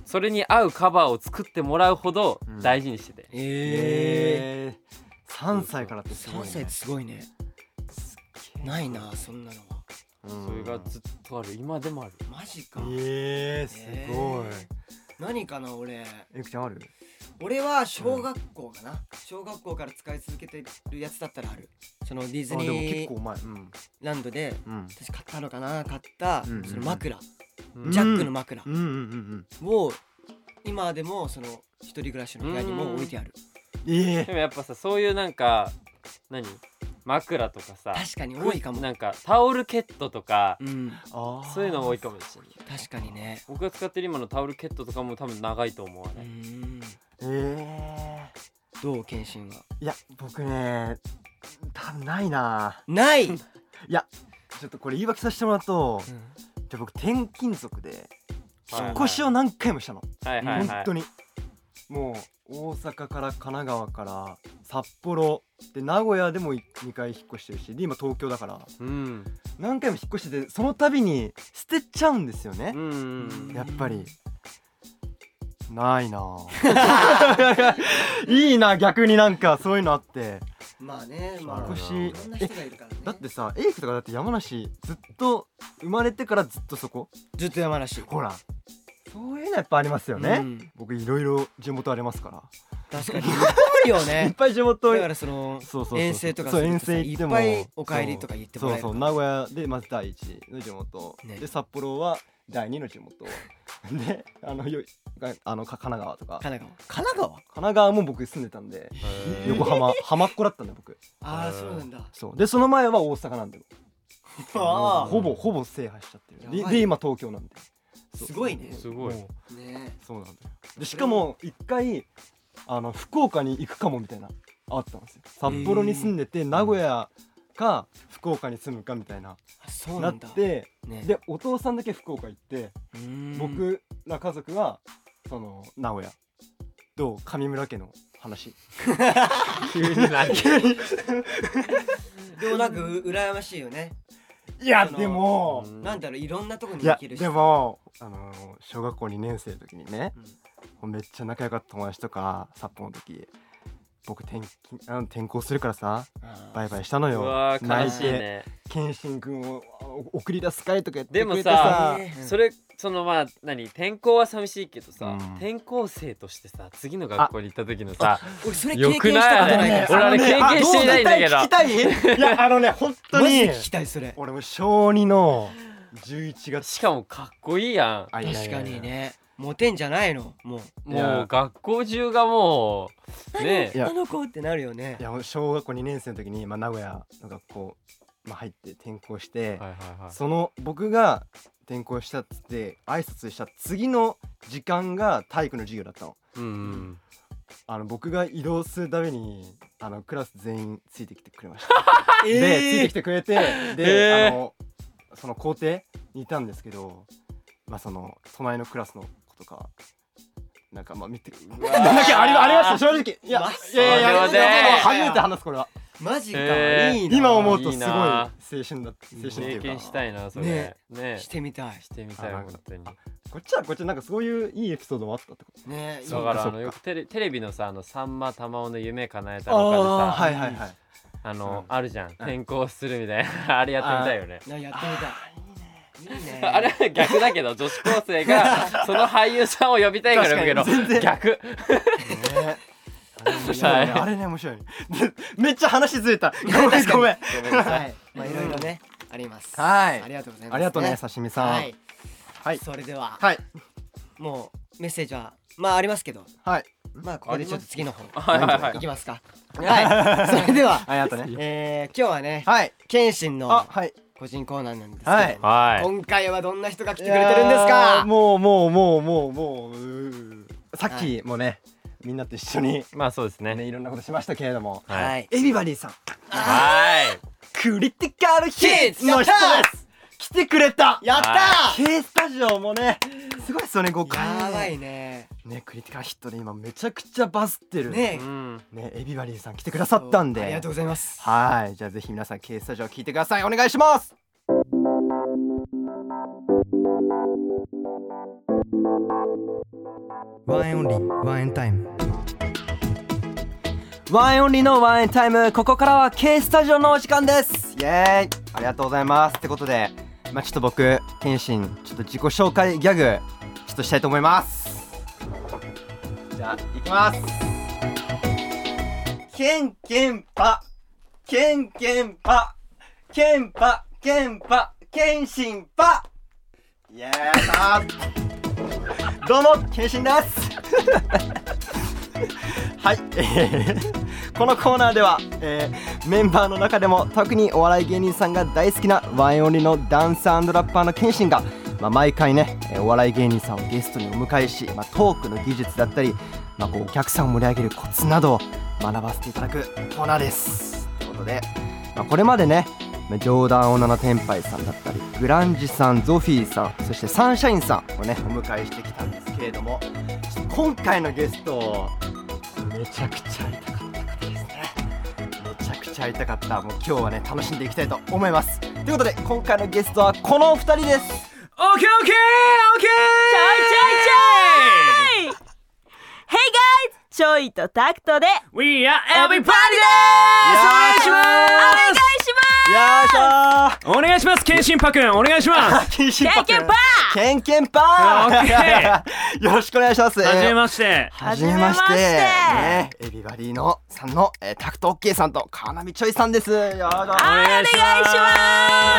[SPEAKER 1] それに合うカバーを作ってもらうほど
[SPEAKER 2] うん
[SPEAKER 1] 大事にしてて、
[SPEAKER 3] え
[SPEAKER 2] えー、3歳からって
[SPEAKER 3] ー、
[SPEAKER 2] す
[SPEAKER 3] 3
[SPEAKER 2] ごい、ね、
[SPEAKER 3] 歳ってすごいねないなそんなのは
[SPEAKER 2] うん
[SPEAKER 1] それがずっとある今でもある
[SPEAKER 3] マジか
[SPEAKER 2] えー、すごい、
[SPEAKER 3] 何かな俺
[SPEAKER 2] えくちゃんある
[SPEAKER 3] 俺は小学校かな、小学校から使い続けてるやつだったらあるそのディズ
[SPEAKER 2] あでも
[SPEAKER 3] ニ
[SPEAKER 2] 結構
[SPEAKER 3] ー
[SPEAKER 2] 前うん
[SPEAKER 3] ランドで
[SPEAKER 2] うん
[SPEAKER 3] 私買ったのかな買った
[SPEAKER 2] うん
[SPEAKER 3] その枕、
[SPEAKER 2] うん
[SPEAKER 3] ジャックの枕
[SPEAKER 2] うんうんうん
[SPEAKER 3] を今でもその一人暮らしの部屋にも置いてある
[SPEAKER 2] うんええ
[SPEAKER 1] でもやっぱさそういうなんか何枕とかさ
[SPEAKER 3] 確かに多いかも
[SPEAKER 1] なんかタオルケットとか
[SPEAKER 3] うん
[SPEAKER 2] あー
[SPEAKER 1] そういうのも多いかもしれない
[SPEAKER 3] 確かにね
[SPEAKER 1] 僕が使ってる今のタオルケットとかも多分長いと思わ
[SPEAKER 3] う
[SPEAKER 1] ない、
[SPEAKER 3] ん
[SPEAKER 2] え
[SPEAKER 3] どう謙信は
[SPEAKER 2] ー、いや僕ね多分ないな
[SPEAKER 3] ない、うん
[SPEAKER 2] ちょっとこれ言い訳させてもらうとじゃあ僕転勤族で
[SPEAKER 1] はいはい
[SPEAKER 2] 引っ越しを何回もしたの、
[SPEAKER 1] はいはいは
[SPEAKER 2] 本
[SPEAKER 1] い
[SPEAKER 2] 当にもう大阪から神奈川から札幌で名古屋でも2回引っ越してるしで今東京だから
[SPEAKER 1] うん
[SPEAKER 2] 何回も引っ越しててその度に捨てちゃうんですよね
[SPEAKER 1] うん、うん
[SPEAKER 2] やっぱりないなぁ いいな逆になんかそういうのあって
[SPEAKER 3] まあねま
[SPEAKER 2] 引っ
[SPEAKER 3] あ
[SPEAKER 2] 越し
[SPEAKER 3] いろんな人がいるからね
[SPEAKER 2] だってさエイクとかだって山梨ずっと生まれてからずっとそこ
[SPEAKER 3] ずっと山梨
[SPEAKER 2] ほらそういうのやっぱありますよね、
[SPEAKER 3] うん
[SPEAKER 2] 僕いろいろ地元ありますから、
[SPEAKER 3] 確かにいっぱいあるよ
[SPEAKER 2] いっ
[SPEAKER 3] ね
[SPEAKER 2] ぱい地元
[SPEAKER 3] だからその
[SPEAKER 2] そうそうそう
[SPEAKER 3] 遠征とか
[SPEAKER 2] そう
[SPEAKER 3] する
[SPEAKER 2] 遠
[SPEAKER 3] とさ
[SPEAKER 2] 征行っても
[SPEAKER 3] いっぱいお帰りとか言ってもらえる
[SPEAKER 2] そうそう
[SPEAKER 3] から
[SPEAKER 2] 名古屋でまず第一の地元、
[SPEAKER 3] ね
[SPEAKER 2] で札幌は第二の地元であのよがあのか神奈川とか神
[SPEAKER 3] 神奈川神奈
[SPEAKER 2] 奈川も僕住んでたんで
[SPEAKER 1] へー
[SPEAKER 2] 横浜浜っ子だったんで僕
[SPEAKER 3] 川ああ
[SPEAKER 1] うん
[SPEAKER 3] そうなんだ
[SPEAKER 2] そうでその前は大阪なんで
[SPEAKER 3] あ
[SPEAKER 2] ほぼほぼ制覇しちゃってる
[SPEAKER 3] や
[SPEAKER 2] で
[SPEAKER 3] ばい
[SPEAKER 2] で今東京なんです
[SPEAKER 3] すごいね
[SPEAKER 1] すごい
[SPEAKER 3] あね
[SPEAKER 2] そうなんだよでしかも一回あの福岡に行くかもみたいなあったんですよ札幌に住んでて名古屋か福岡に住むかみたいな、
[SPEAKER 3] あそう
[SPEAKER 2] な
[SPEAKER 3] な
[SPEAKER 2] っ
[SPEAKER 3] んだ
[SPEAKER 2] て
[SPEAKER 3] ね
[SPEAKER 2] でお父さんだけ福岡行って、
[SPEAKER 3] うーん
[SPEAKER 2] 僕ら家族はその名古屋どう上村家の話
[SPEAKER 1] 急に何
[SPEAKER 3] でもなんかう羨ましいよね
[SPEAKER 2] いや
[SPEAKER 3] その
[SPEAKER 2] でも、
[SPEAKER 1] うん
[SPEAKER 3] なんだろういろんなとこに
[SPEAKER 2] いや
[SPEAKER 3] 行けるし
[SPEAKER 2] でもあの小学校2年生の時にね
[SPEAKER 3] うん、
[SPEAKER 2] めっちゃ仲良かった友達とか札幌の時僕転勤あの転校するからさ
[SPEAKER 3] あー
[SPEAKER 2] バイバイしたの
[SPEAKER 1] う
[SPEAKER 2] よ
[SPEAKER 1] わー
[SPEAKER 2] 泣
[SPEAKER 1] 悲
[SPEAKER 2] い
[SPEAKER 1] しい
[SPEAKER 2] て、
[SPEAKER 1] ね
[SPEAKER 2] 謙信君をあの送り出す会とかやって
[SPEAKER 1] でも
[SPEAKER 2] くれて
[SPEAKER 1] さ
[SPEAKER 2] さ
[SPEAKER 3] えー
[SPEAKER 1] それそのまあ何転校は寂しいけどさ、
[SPEAKER 2] うん
[SPEAKER 1] 転校生としてさ次の学校に行った時のさ
[SPEAKER 3] 俺それ
[SPEAKER 1] よ
[SPEAKER 3] 経
[SPEAKER 1] く
[SPEAKER 3] 験したこと
[SPEAKER 1] な
[SPEAKER 3] ないい
[SPEAKER 1] あれ
[SPEAKER 3] から
[SPEAKER 1] 俺あれ経験してないんだけど
[SPEAKER 2] あどう聞きたい いやあのね本当
[SPEAKER 3] マジ
[SPEAKER 2] に
[SPEAKER 3] で聞きたいそれ
[SPEAKER 2] 俺も小二の11月
[SPEAKER 1] しかもかっこいいや
[SPEAKER 2] あいやいやい
[SPEAKER 3] 確
[SPEAKER 2] や
[SPEAKER 3] かにねモテんじゃないのもうん
[SPEAKER 2] いや
[SPEAKER 1] もう学校中がもうね
[SPEAKER 2] いや
[SPEAKER 3] あの子ってなるよね
[SPEAKER 2] いやもう小学校2年生の時に、まあ、名古屋の学校、まあ、入って転校して、
[SPEAKER 1] はいはいはい
[SPEAKER 2] その僕が転校したっつって挨拶した次の時間が体育の授業だったの。
[SPEAKER 1] うんうん
[SPEAKER 2] あの僕が移動するためにあのクラス全員ついてきてくれました。でついてきてくれ てで、
[SPEAKER 1] えー
[SPEAKER 2] あのその校庭にいたんですけど、まあ、その隣のクラスの子とかなんかまあ見てなんだっけありありました正直いや
[SPEAKER 3] マ
[SPEAKER 2] い
[SPEAKER 3] ジ
[SPEAKER 2] やいやいや
[SPEAKER 1] それはね
[SPEAKER 2] いや初めて話すこれは
[SPEAKER 3] マジか
[SPEAKER 1] えー
[SPEAKER 3] いいな
[SPEAKER 2] 今思うと
[SPEAKER 1] いい
[SPEAKER 2] すごい
[SPEAKER 1] な
[SPEAKER 2] 青春だ青春ってい
[SPEAKER 1] 経
[SPEAKER 2] うか
[SPEAKER 1] 験したいなそれね
[SPEAKER 3] ねして
[SPEAKER 1] し
[SPEAKER 3] みたい
[SPEAKER 1] てみたい
[SPEAKER 2] あ
[SPEAKER 1] 本当にだ
[SPEAKER 2] こっちはこっちでなんかそういういいエピソードもあったってこと
[SPEAKER 3] ねいい
[SPEAKER 2] そ
[SPEAKER 1] から
[SPEAKER 2] うそ
[SPEAKER 1] あ
[SPEAKER 2] っか
[SPEAKER 1] のよくテレテレビのさあのさんま玉緒の夢叶えた
[SPEAKER 2] あ
[SPEAKER 1] の
[SPEAKER 2] あ
[SPEAKER 1] か
[SPEAKER 2] は
[SPEAKER 1] で
[SPEAKER 2] い
[SPEAKER 1] さ
[SPEAKER 2] はいはい
[SPEAKER 1] あのあるじゃん転校するみたいな あれやってみたいよね
[SPEAKER 3] なやってみたいいいね
[SPEAKER 1] あれは逆だけど女子高生がその俳優さんを呼びたいから呼ぶけど
[SPEAKER 2] 確かに全然
[SPEAKER 1] 逆
[SPEAKER 2] ねあれ面白いね
[SPEAKER 1] はい
[SPEAKER 2] あれね面白いね めっちゃ話ずれ たごめんごめん
[SPEAKER 1] ごめんなさい
[SPEAKER 3] はいまあいろいろねあります
[SPEAKER 2] はい
[SPEAKER 3] ありがとうございます
[SPEAKER 2] ありがとうね刺身さん
[SPEAKER 3] はい
[SPEAKER 2] はい
[SPEAKER 3] それでは
[SPEAKER 2] はい
[SPEAKER 3] もうメッセージはまあありますけど
[SPEAKER 2] はい
[SPEAKER 3] まあここでちょっと次の方
[SPEAKER 4] はいはいはい
[SPEAKER 3] いきますかはいそれでは
[SPEAKER 2] はいあとね
[SPEAKER 3] えー今日はね
[SPEAKER 2] はい
[SPEAKER 3] 謙信の
[SPEAKER 2] あはい
[SPEAKER 3] 個人コーナーなんですけ
[SPEAKER 2] は
[SPEAKER 3] ど
[SPEAKER 2] い
[SPEAKER 4] はい
[SPEAKER 3] 今回はどんな人が来てくれてるんですか
[SPEAKER 2] もうもうもうもうもううーさっきもねみんなと一緒に
[SPEAKER 4] まあそうです
[SPEAKER 2] ね
[SPEAKER 4] ね
[SPEAKER 2] いろんなことしましたけれども
[SPEAKER 4] は
[SPEAKER 3] はいい
[SPEAKER 2] エビバディさん
[SPEAKER 4] はい
[SPEAKER 2] クリティカルヒッツの人
[SPEAKER 3] やった
[SPEAKER 2] です来てくれた
[SPEAKER 3] やった
[SPEAKER 4] は
[SPEAKER 2] K スタジオもねすごいですよね5
[SPEAKER 3] ー
[SPEAKER 2] 回
[SPEAKER 3] やば
[SPEAKER 2] ね
[SPEAKER 3] いね
[SPEAKER 2] ねクリティカルヒットで今めちゃくちゃバズってるね
[SPEAKER 3] ね
[SPEAKER 4] うん
[SPEAKER 2] エビバディさん来てくださったんで
[SPEAKER 3] ありがとうございます
[SPEAKER 2] はいじゃあぜひ皆さん K スタジオ聞いてくださいお願いします
[SPEAKER 5] ワンエンオンリーワンエンタイム
[SPEAKER 2] ワンエンオンリーのワンエンタイムここからは K スタジオのお時間ですイエーイありがとうございますってことでまあちょっと僕謙信ちょっと自己紹介ギャグちょっとしたいと思いますじゃあ行きますケンケンパケンケンパケンパケンパ謙信パイエーイさあどうも謙信です はい、 えーこのコーナーでは、えーメンバーの中でも特にお笑い芸人さんが大好きなワンエンオンリーのダンサーラッパーの謙信が、まあ、毎回ね、えーお笑い芸人さんをゲストにお迎えし、まあ、トークの技術だったり、まあ、こうお客さんを盛り上げるコツなどを学ばせていただくコーナーです。ということで、まあ、これまでねまあジョーダンオナナテンパイさんだったりグランジさんゾフィーさんそしてサンシャインさんをねお迎えしてきたんですけれどもちょっと今回のゲストをめちゃくちゃ会いたかった方ですねめちゃくちゃ会いたかったもう今日はね楽しんでいきたいと思いますということで今回のゲストはこのお二人で
[SPEAKER 4] オッケー
[SPEAKER 2] す
[SPEAKER 4] オッケーオッケー
[SPEAKER 6] ちょいちょいちょい !Hey guys! ちょいとタクトで
[SPEAKER 4] We are everybody です
[SPEAKER 2] お願い
[SPEAKER 4] お
[SPEAKER 2] します
[SPEAKER 4] 願いします謙信パ君お願いします
[SPEAKER 2] よいしょ
[SPEAKER 6] ケンケンパー
[SPEAKER 2] ケンケンパ
[SPEAKER 4] オッ
[SPEAKER 2] ーよろしくお願いします
[SPEAKER 4] はじめまして
[SPEAKER 2] は
[SPEAKER 6] は
[SPEAKER 2] じ
[SPEAKER 6] じ
[SPEAKER 2] め
[SPEAKER 6] め
[SPEAKER 2] ま
[SPEAKER 6] ま
[SPEAKER 2] し
[SPEAKER 6] してて
[SPEAKER 2] ねエビバディのさんの、えー、タクトオッケーさんと川波ちょいさんですよろしくお願いし
[SPEAKER 6] はい、お願いしま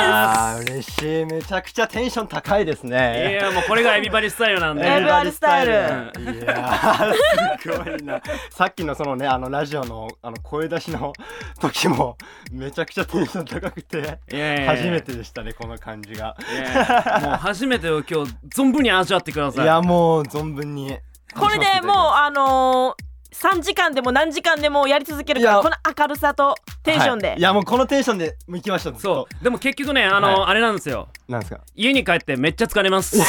[SPEAKER 2] ます嬉しいめちゃくちゃテンション高いです
[SPEAKER 1] い
[SPEAKER 2] ね
[SPEAKER 1] やもうこれがエビバディスタイルなん
[SPEAKER 6] エビ
[SPEAKER 1] で
[SPEAKER 6] バディスタイル
[SPEAKER 2] いやーすごいな さっきのそのねあのラジオのあの声出しの時もめちゃくちゃテンション高くて
[SPEAKER 1] いやいやいや
[SPEAKER 2] 初めてでしたねこの感じが
[SPEAKER 1] いやもう初めてを今日存分に味わってくだ
[SPEAKER 2] い
[SPEAKER 1] さい
[SPEAKER 2] やもう存分に
[SPEAKER 6] すこれでもうあのー、3時間でも何時間でもやり続けるか
[SPEAKER 2] いや
[SPEAKER 6] らこの明るさとテンションで、
[SPEAKER 2] はいいやもうこのテンションでもう行きましょうずっと
[SPEAKER 1] そうでも結局ねあの、
[SPEAKER 2] は
[SPEAKER 1] あれなんですよ
[SPEAKER 2] なんですか
[SPEAKER 1] 家に帰ってめっちゃ疲れます
[SPEAKER 6] ち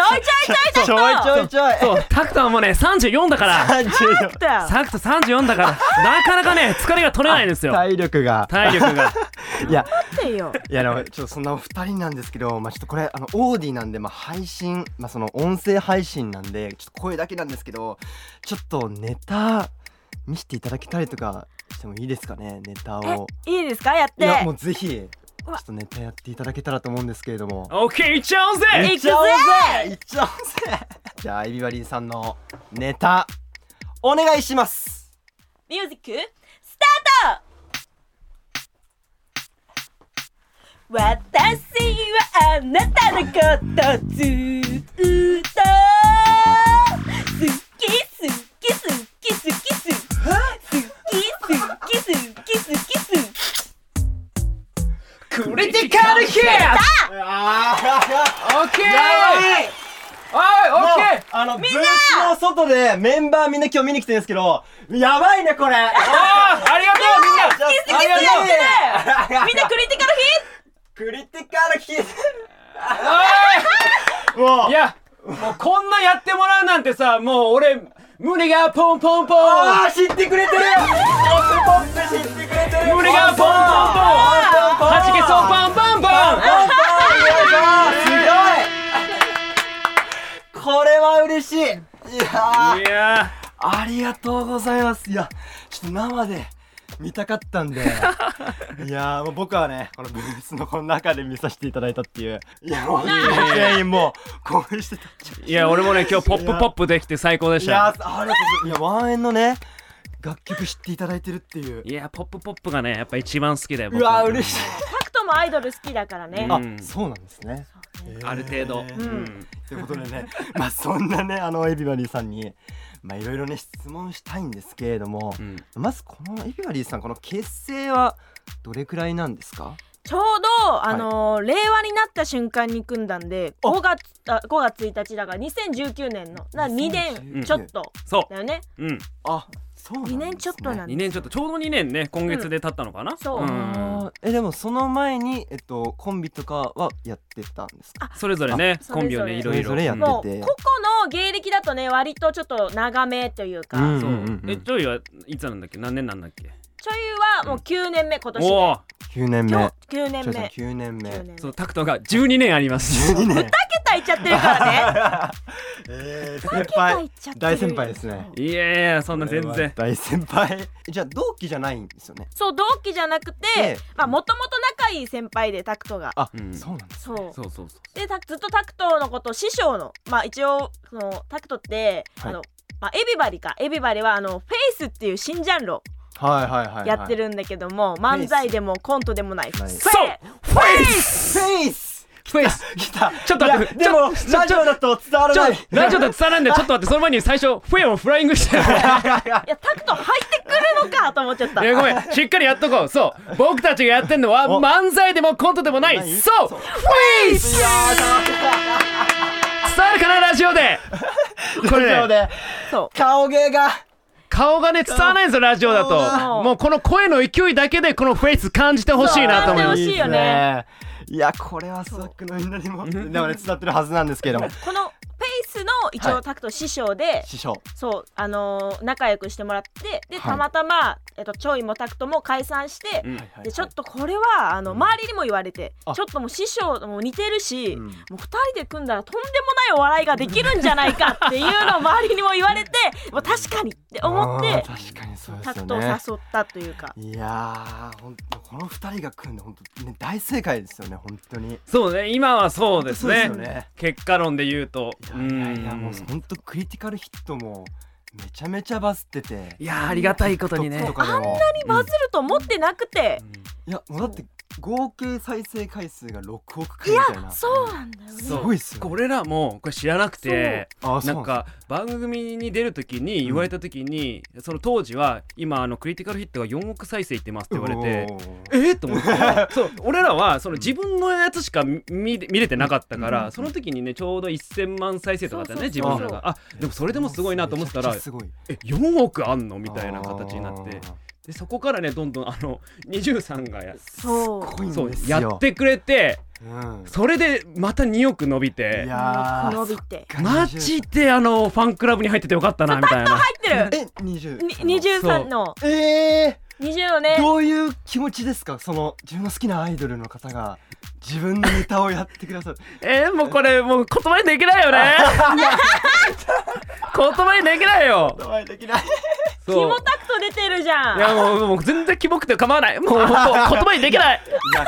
[SPEAKER 6] ょいちょいちょい
[SPEAKER 2] ち
[SPEAKER 6] ちょ
[SPEAKER 2] ょ
[SPEAKER 6] っ
[SPEAKER 2] いちょいちょい
[SPEAKER 1] そうタクトはもうね34だから
[SPEAKER 2] 30
[SPEAKER 6] とだよ
[SPEAKER 1] タクト34だからなかなかね疲れが取れないんですよ
[SPEAKER 2] 体力が
[SPEAKER 1] 体力が
[SPEAKER 2] いや
[SPEAKER 6] ってよ
[SPEAKER 2] いやでもちょっとそんなお二人なんですけど、まあ、ちょっとこれあのオーディなんで、まあ、配信、まあ、その音声配信なんでちょっと声だけなんですけどちょっとネタ見せていただけたりとかしてもいいですかねネタを
[SPEAKER 6] いいですかやっ
[SPEAKER 2] い
[SPEAKER 6] て
[SPEAKER 2] やもうぜひちょ
[SPEAKER 6] わ
[SPEAKER 2] っとネタやっていただけたらと思うんですけれども
[SPEAKER 1] オッケーいっちゃおうぜ
[SPEAKER 6] い
[SPEAKER 2] いい
[SPEAKER 6] くぜ
[SPEAKER 2] っちゃおうぜじゃあエビバリーさんのネタお願いします
[SPEAKER 6] ミュージックスタート私はあなたのことずーっと好き好き好き好き好き好き好き好き好き好き
[SPEAKER 1] クリティカルヒットオッケーおいオッケー
[SPEAKER 2] あのブースの外でメンバーみんな今日見に来てるんですけどやばいねこれ
[SPEAKER 1] あーありがとうみんな
[SPEAKER 2] 好き
[SPEAKER 6] 好き好き好きみんなクリティカル
[SPEAKER 2] クリティカルヒットもう
[SPEAKER 1] いや、もうこんなやってもらうなんてさ、もう俺、胸がポンポンポン
[SPEAKER 2] あー知ってくれてるポップポップ知ってくれてる
[SPEAKER 1] 胸がポンポンポン
[SPEAKER 2] は
[SPEAKER 1] はじけそうパンパンパン
[SPEAKER 2] すごいこれは嬉しいいやー
[SPEAKER 1] いや
[SPEAKER 2] ありがとうございますいやちょっと生で見たかっ たんでいやーもう僕はねこのブースのこの中で見させていただいたっていういやもう全員もう興奮してた
[SPEAKER 1] いや、俺もね、今日ポップポップできて最高でし
[SPEAKER 2] いや
[SPEAKER 1] た。
[SPEAKER 2] ーありがとうございますいやワンエンのね楽曲知っていただいてるっていう
[SPEAKER 1] いや、ポップポップがね、やっぱ一番好きだよ。
[SPEAKER 2] うわー嬉しい
[SPEAKER 6] ヒットもアイドル好きだからね
[SPEAKER 2] あ
[SPEAKER 1] うん
[SPEAKER 2] そうなんですね
[SPEAKER 1] ある程度、うん
[SPEAKER 2] ということでね、 まあそんなね、あのエビバリーさんに、まあいろいろね、質問したいんですけれども、
[SPEAKER 1] うん
[SPEAKER 2] まずこのエビバリーさん、この結成はどれくらいなんですか
[SPEAKER 6] ちょうど、あのー令和になった瞬間に組んだんで
[SPEAKER 2] あ
[SPEAKER 6] 5月あ5月1日だから2019年のだから2年ちょっと
[SPEAKER 1] そ
[SPEAKER 6] だよね
[SPEAKER 1] う、うん、
[SPEAKER 2] あ、そうなんです、
[SPEAKER 6] 2
[SPEAKER 2] ね、
[SPEAKER 6] 年ちょっとなん
[SPEAKER 1] 2
[SPEAKER 6] で
[SPEAKER 1] 年ちょっとちょうど2年ね今月で経ったのかな、
[SPEAKER 6] そう
[SPEAKER 1] うん
[SPEAKER 2] あーえでもその前に、えっと、コンビとかはやってたんですか
[SPEAKER 1] それぞれね
[SPEAKER 6] あ
[SPEAKER 1] コンビをねい
[SPEAKER 6] そ
[SPEAKER 1] ろ
[SPEAKER 2] れぞれ
[SPEAKER 1] いろ
[SPEAKER 2] それぞれやって
[SPEAKER 1] うん
[SPEAKER 6] もう個々の芸歴だとね割とちょっと長めというか、
[SPEAKER 2] うん
[SPEAKER 1] そう
[SPEAKER 2] うんうんうん
[SPEAKER 1] えちょいはいつなんだっけ何年なんだっけ
[SPEAKER 6] ちょいはもう9年目今年で、
[SPEAKER 1] おお
[SPEAKER 2] 9年目
[SPEAKER 6] 今日9年
[SPEAKER 2] ちょいさん
[SPEAKER 6] 目
[SPEAKER 2] 9年目
[SPEAKER 6] 9年
[SPEAKER 1] そうタクトが12年あります
[SPEAKER 2] 12年
[SPEAKER 6] けたいっちゃってる からね
[SPEAKER 2] えー先
[SPEAKER 6] けたい
[SPEAKER 2] 輩
[SPEAKER 6] っちゃってる
[SPEAKER 2] 大先輩ですね
[SPEAKER 1] いやいやそんな全
[SPEAKER 2] これは
[SPEAKER 1] 然
[SPEAKER 2] 大先輩じゃあ同期じゃないんですよね
[SPEAKER 6] そう同期じゃなくて
[SPEAKER 2] ええ
[SPEAKER 6] まあもともと仲いい先輩でタクトが
[SPEAKER 2] あ、
[SPEAKER 1] うん
[SPEAKER 2] そうなんです
[SPEAKER 6] そう
[SPEAKER 1] そうそうそう
[SPEAKER 6] でたずっとタクトのことを師匠のまあ一応そのタクトって、
[SPEAKER 2] はい
[SPEAKER 6] あのまあエビバリかエビバリはあのフェイスっていう新ジャンルを
[SPEAKER 2] はいはいはい、はい、
[SPEAKER 6] やってるんだけども、
[SPEAKER 2] イス
[SPEAKER 6] 漫才でもコントでもないフェイス
[SPEAKER 1] そうフェイス
[SPEAKER 2] フェイス
[SPEAKER 1] フェイ ス
[SPEAKER 2] 来た
[SPEAKER 1] ちょっと待って
[SPEAKER 2] いやでも
[SPEAKER 1] ちょちょ
[SPEAKER 2] ラジオだと伝わら
[SPEAKER 1] ちょ
[SPEAKER 2] ない
[SPEAKER 1] ラジオだと伝わらんでちょっと待ってその前に最初フェをフライングしてい
[SPEAKER 6] いやタクト入ってくるのかと思っちゃ った
[SPEAKER 1] やごめんしっかりやっとこうそう僕たちがやってんのは
[SPEAKER 2] お
[SPEAKER 1] 漫才でもコントでもない
[SPEAKER 2] ない
[SPEAKER 1] そうフェイス伝わるかなラジオでこれね
[SPEAKER 2] ラジオで
[SPEAKER 6] そう
[SPEAKER 2] 顔芸が
[SPEAKER 1] 顔がね伝わらないんですよラジオだ
[SPEAKER 6] 顔
[SPEAKER 1] と
[SPEAKER 6] が
[SPEAKER 1] もうこの声の勢いだけでこのフェイス感じてほしいなと思い
[SPEAKER 6] そう
[SPEAKER 1] ま
[SPEAKER 6] 欲
[SPEAKER 1] す
[SPEAKER 6] しいよね
[SPEAKER 2] いいですねいやこれはスワックのみんなにもでもね伝わってるはずなんですけれども
[SPEAKER 6] このフェイスの一応タクト師匠で、
[SPEAKER 2] 師匠
[SPEAKER 6] そうあのー仲良くしてもらって
[SPEAKER 2] は
[SPEAKER 6] で
[SPEAKER 2] い
[SPEAKER 6] たまたま、えっと、ちょいもタクトも解散して、
[SPEAKER 1] うん
[SPEAKER 6] でちょっとこれはあの周りにも言われて、
[SPEAKER 2] あ
[SPEAKER 6] ちょっともう師匠も似てるし、
[SPEAKER 2] うん
[SPEAKER 6] もう2人で組んだらとんでもないお笑いができるんじゃないかっていうのを周りにも言わ れてもう確かにって思っ
[SPEAKER 2] あ
[SPEAKER 6] て
[SPEAKER 2] ー確かにそうですよ
[SPEAKER 6] タ
[SPEAKER 2] ね
[SPEAKER 6] クトを誘ったというか。
[SPEAKER 2] いやー、本当この二人が組んで本当ね大正解ですよね本当に。
[SPEAKER 1] そうね今はそうですね
[SPEAKER 2] 本当そうですよね
[SPEAKER 1] 結果論で言うと
[SPEAKER 2] いやいや
[SPEAKER 1] うん
[SPEAKER 2] もう本当クリティカルヒットもめちゃめちゃバズってて。
[SPEAKER 1] いやーありがたいことにね
[SPEAKER 2] TikTok とかでも
[SPEAKER 6] バズると思ってなくて、
[SPEAKER 2] いやもうだって合計再生回数が六億回みたいな。
[SPEAKER 6] そうなんだよね
[SPEAKER 2] すごいっすよね
[SPEAKER 1] 俺らもこれ知らなくて
[SPEAKER 2] あ
[SPEAKER 1] なんか番組に出るときに言われたときに、その当時は今あのクリティカルヒットが4億再生いってますって言われてえっ、と思ってそう俺らはその自分のやつしか見見見れてなかったから、その時にねちょうど1000万再生とかだったね自
[SPEAKER 6] そう
[SPEAKER 2] そうそう
[SPEAKER 1] 分らがあでもそれでもすごいなと思ってたら
[SPEAKER 2] すごい
[SPEAKER 1] え4億あんのみたいな形になってでそこからねどんどんあの20さんがや
[SPEAKER 6] そう
[SPEAKER 2] 濃いん
[SPEAKER 1] そう
[SPEAKER 2] ですよ
[SPEAKER 1] やってくれて
[SPEAKER 2] うん
[SPEAKER 1] それでまた2億伸びて
[SPEAKER 2] いやー
[SPEAKER 6] 伸びて
[SPEAKER 1] マジであのファンクラブに入っててよかったなみたいな
[SPEAKER 6] 入ってる
[SPEAKER 2] え二十
[SPEAKER 6] に23の
[SPEAKER 2] ええー
[SPEAKER 6] 20のね
[SPEAKER 2] どういう気持ちですかその自分の好きなアイドルの方が自分のネタをやってくだ さる
[SPEAKER 1] えーもうこれもう言葉にできないよね言葉にできないよ
[SPEAKER 2] お前できない
[SPEAKER 6] キモ
[SPEAKER 1] そう
[SPEAKER 6] タクト出てるじゃん
[SPEAKER 1] いやもうもう全然キモくて構わないもう本当言葉にできない
[SPEAKER 2] いや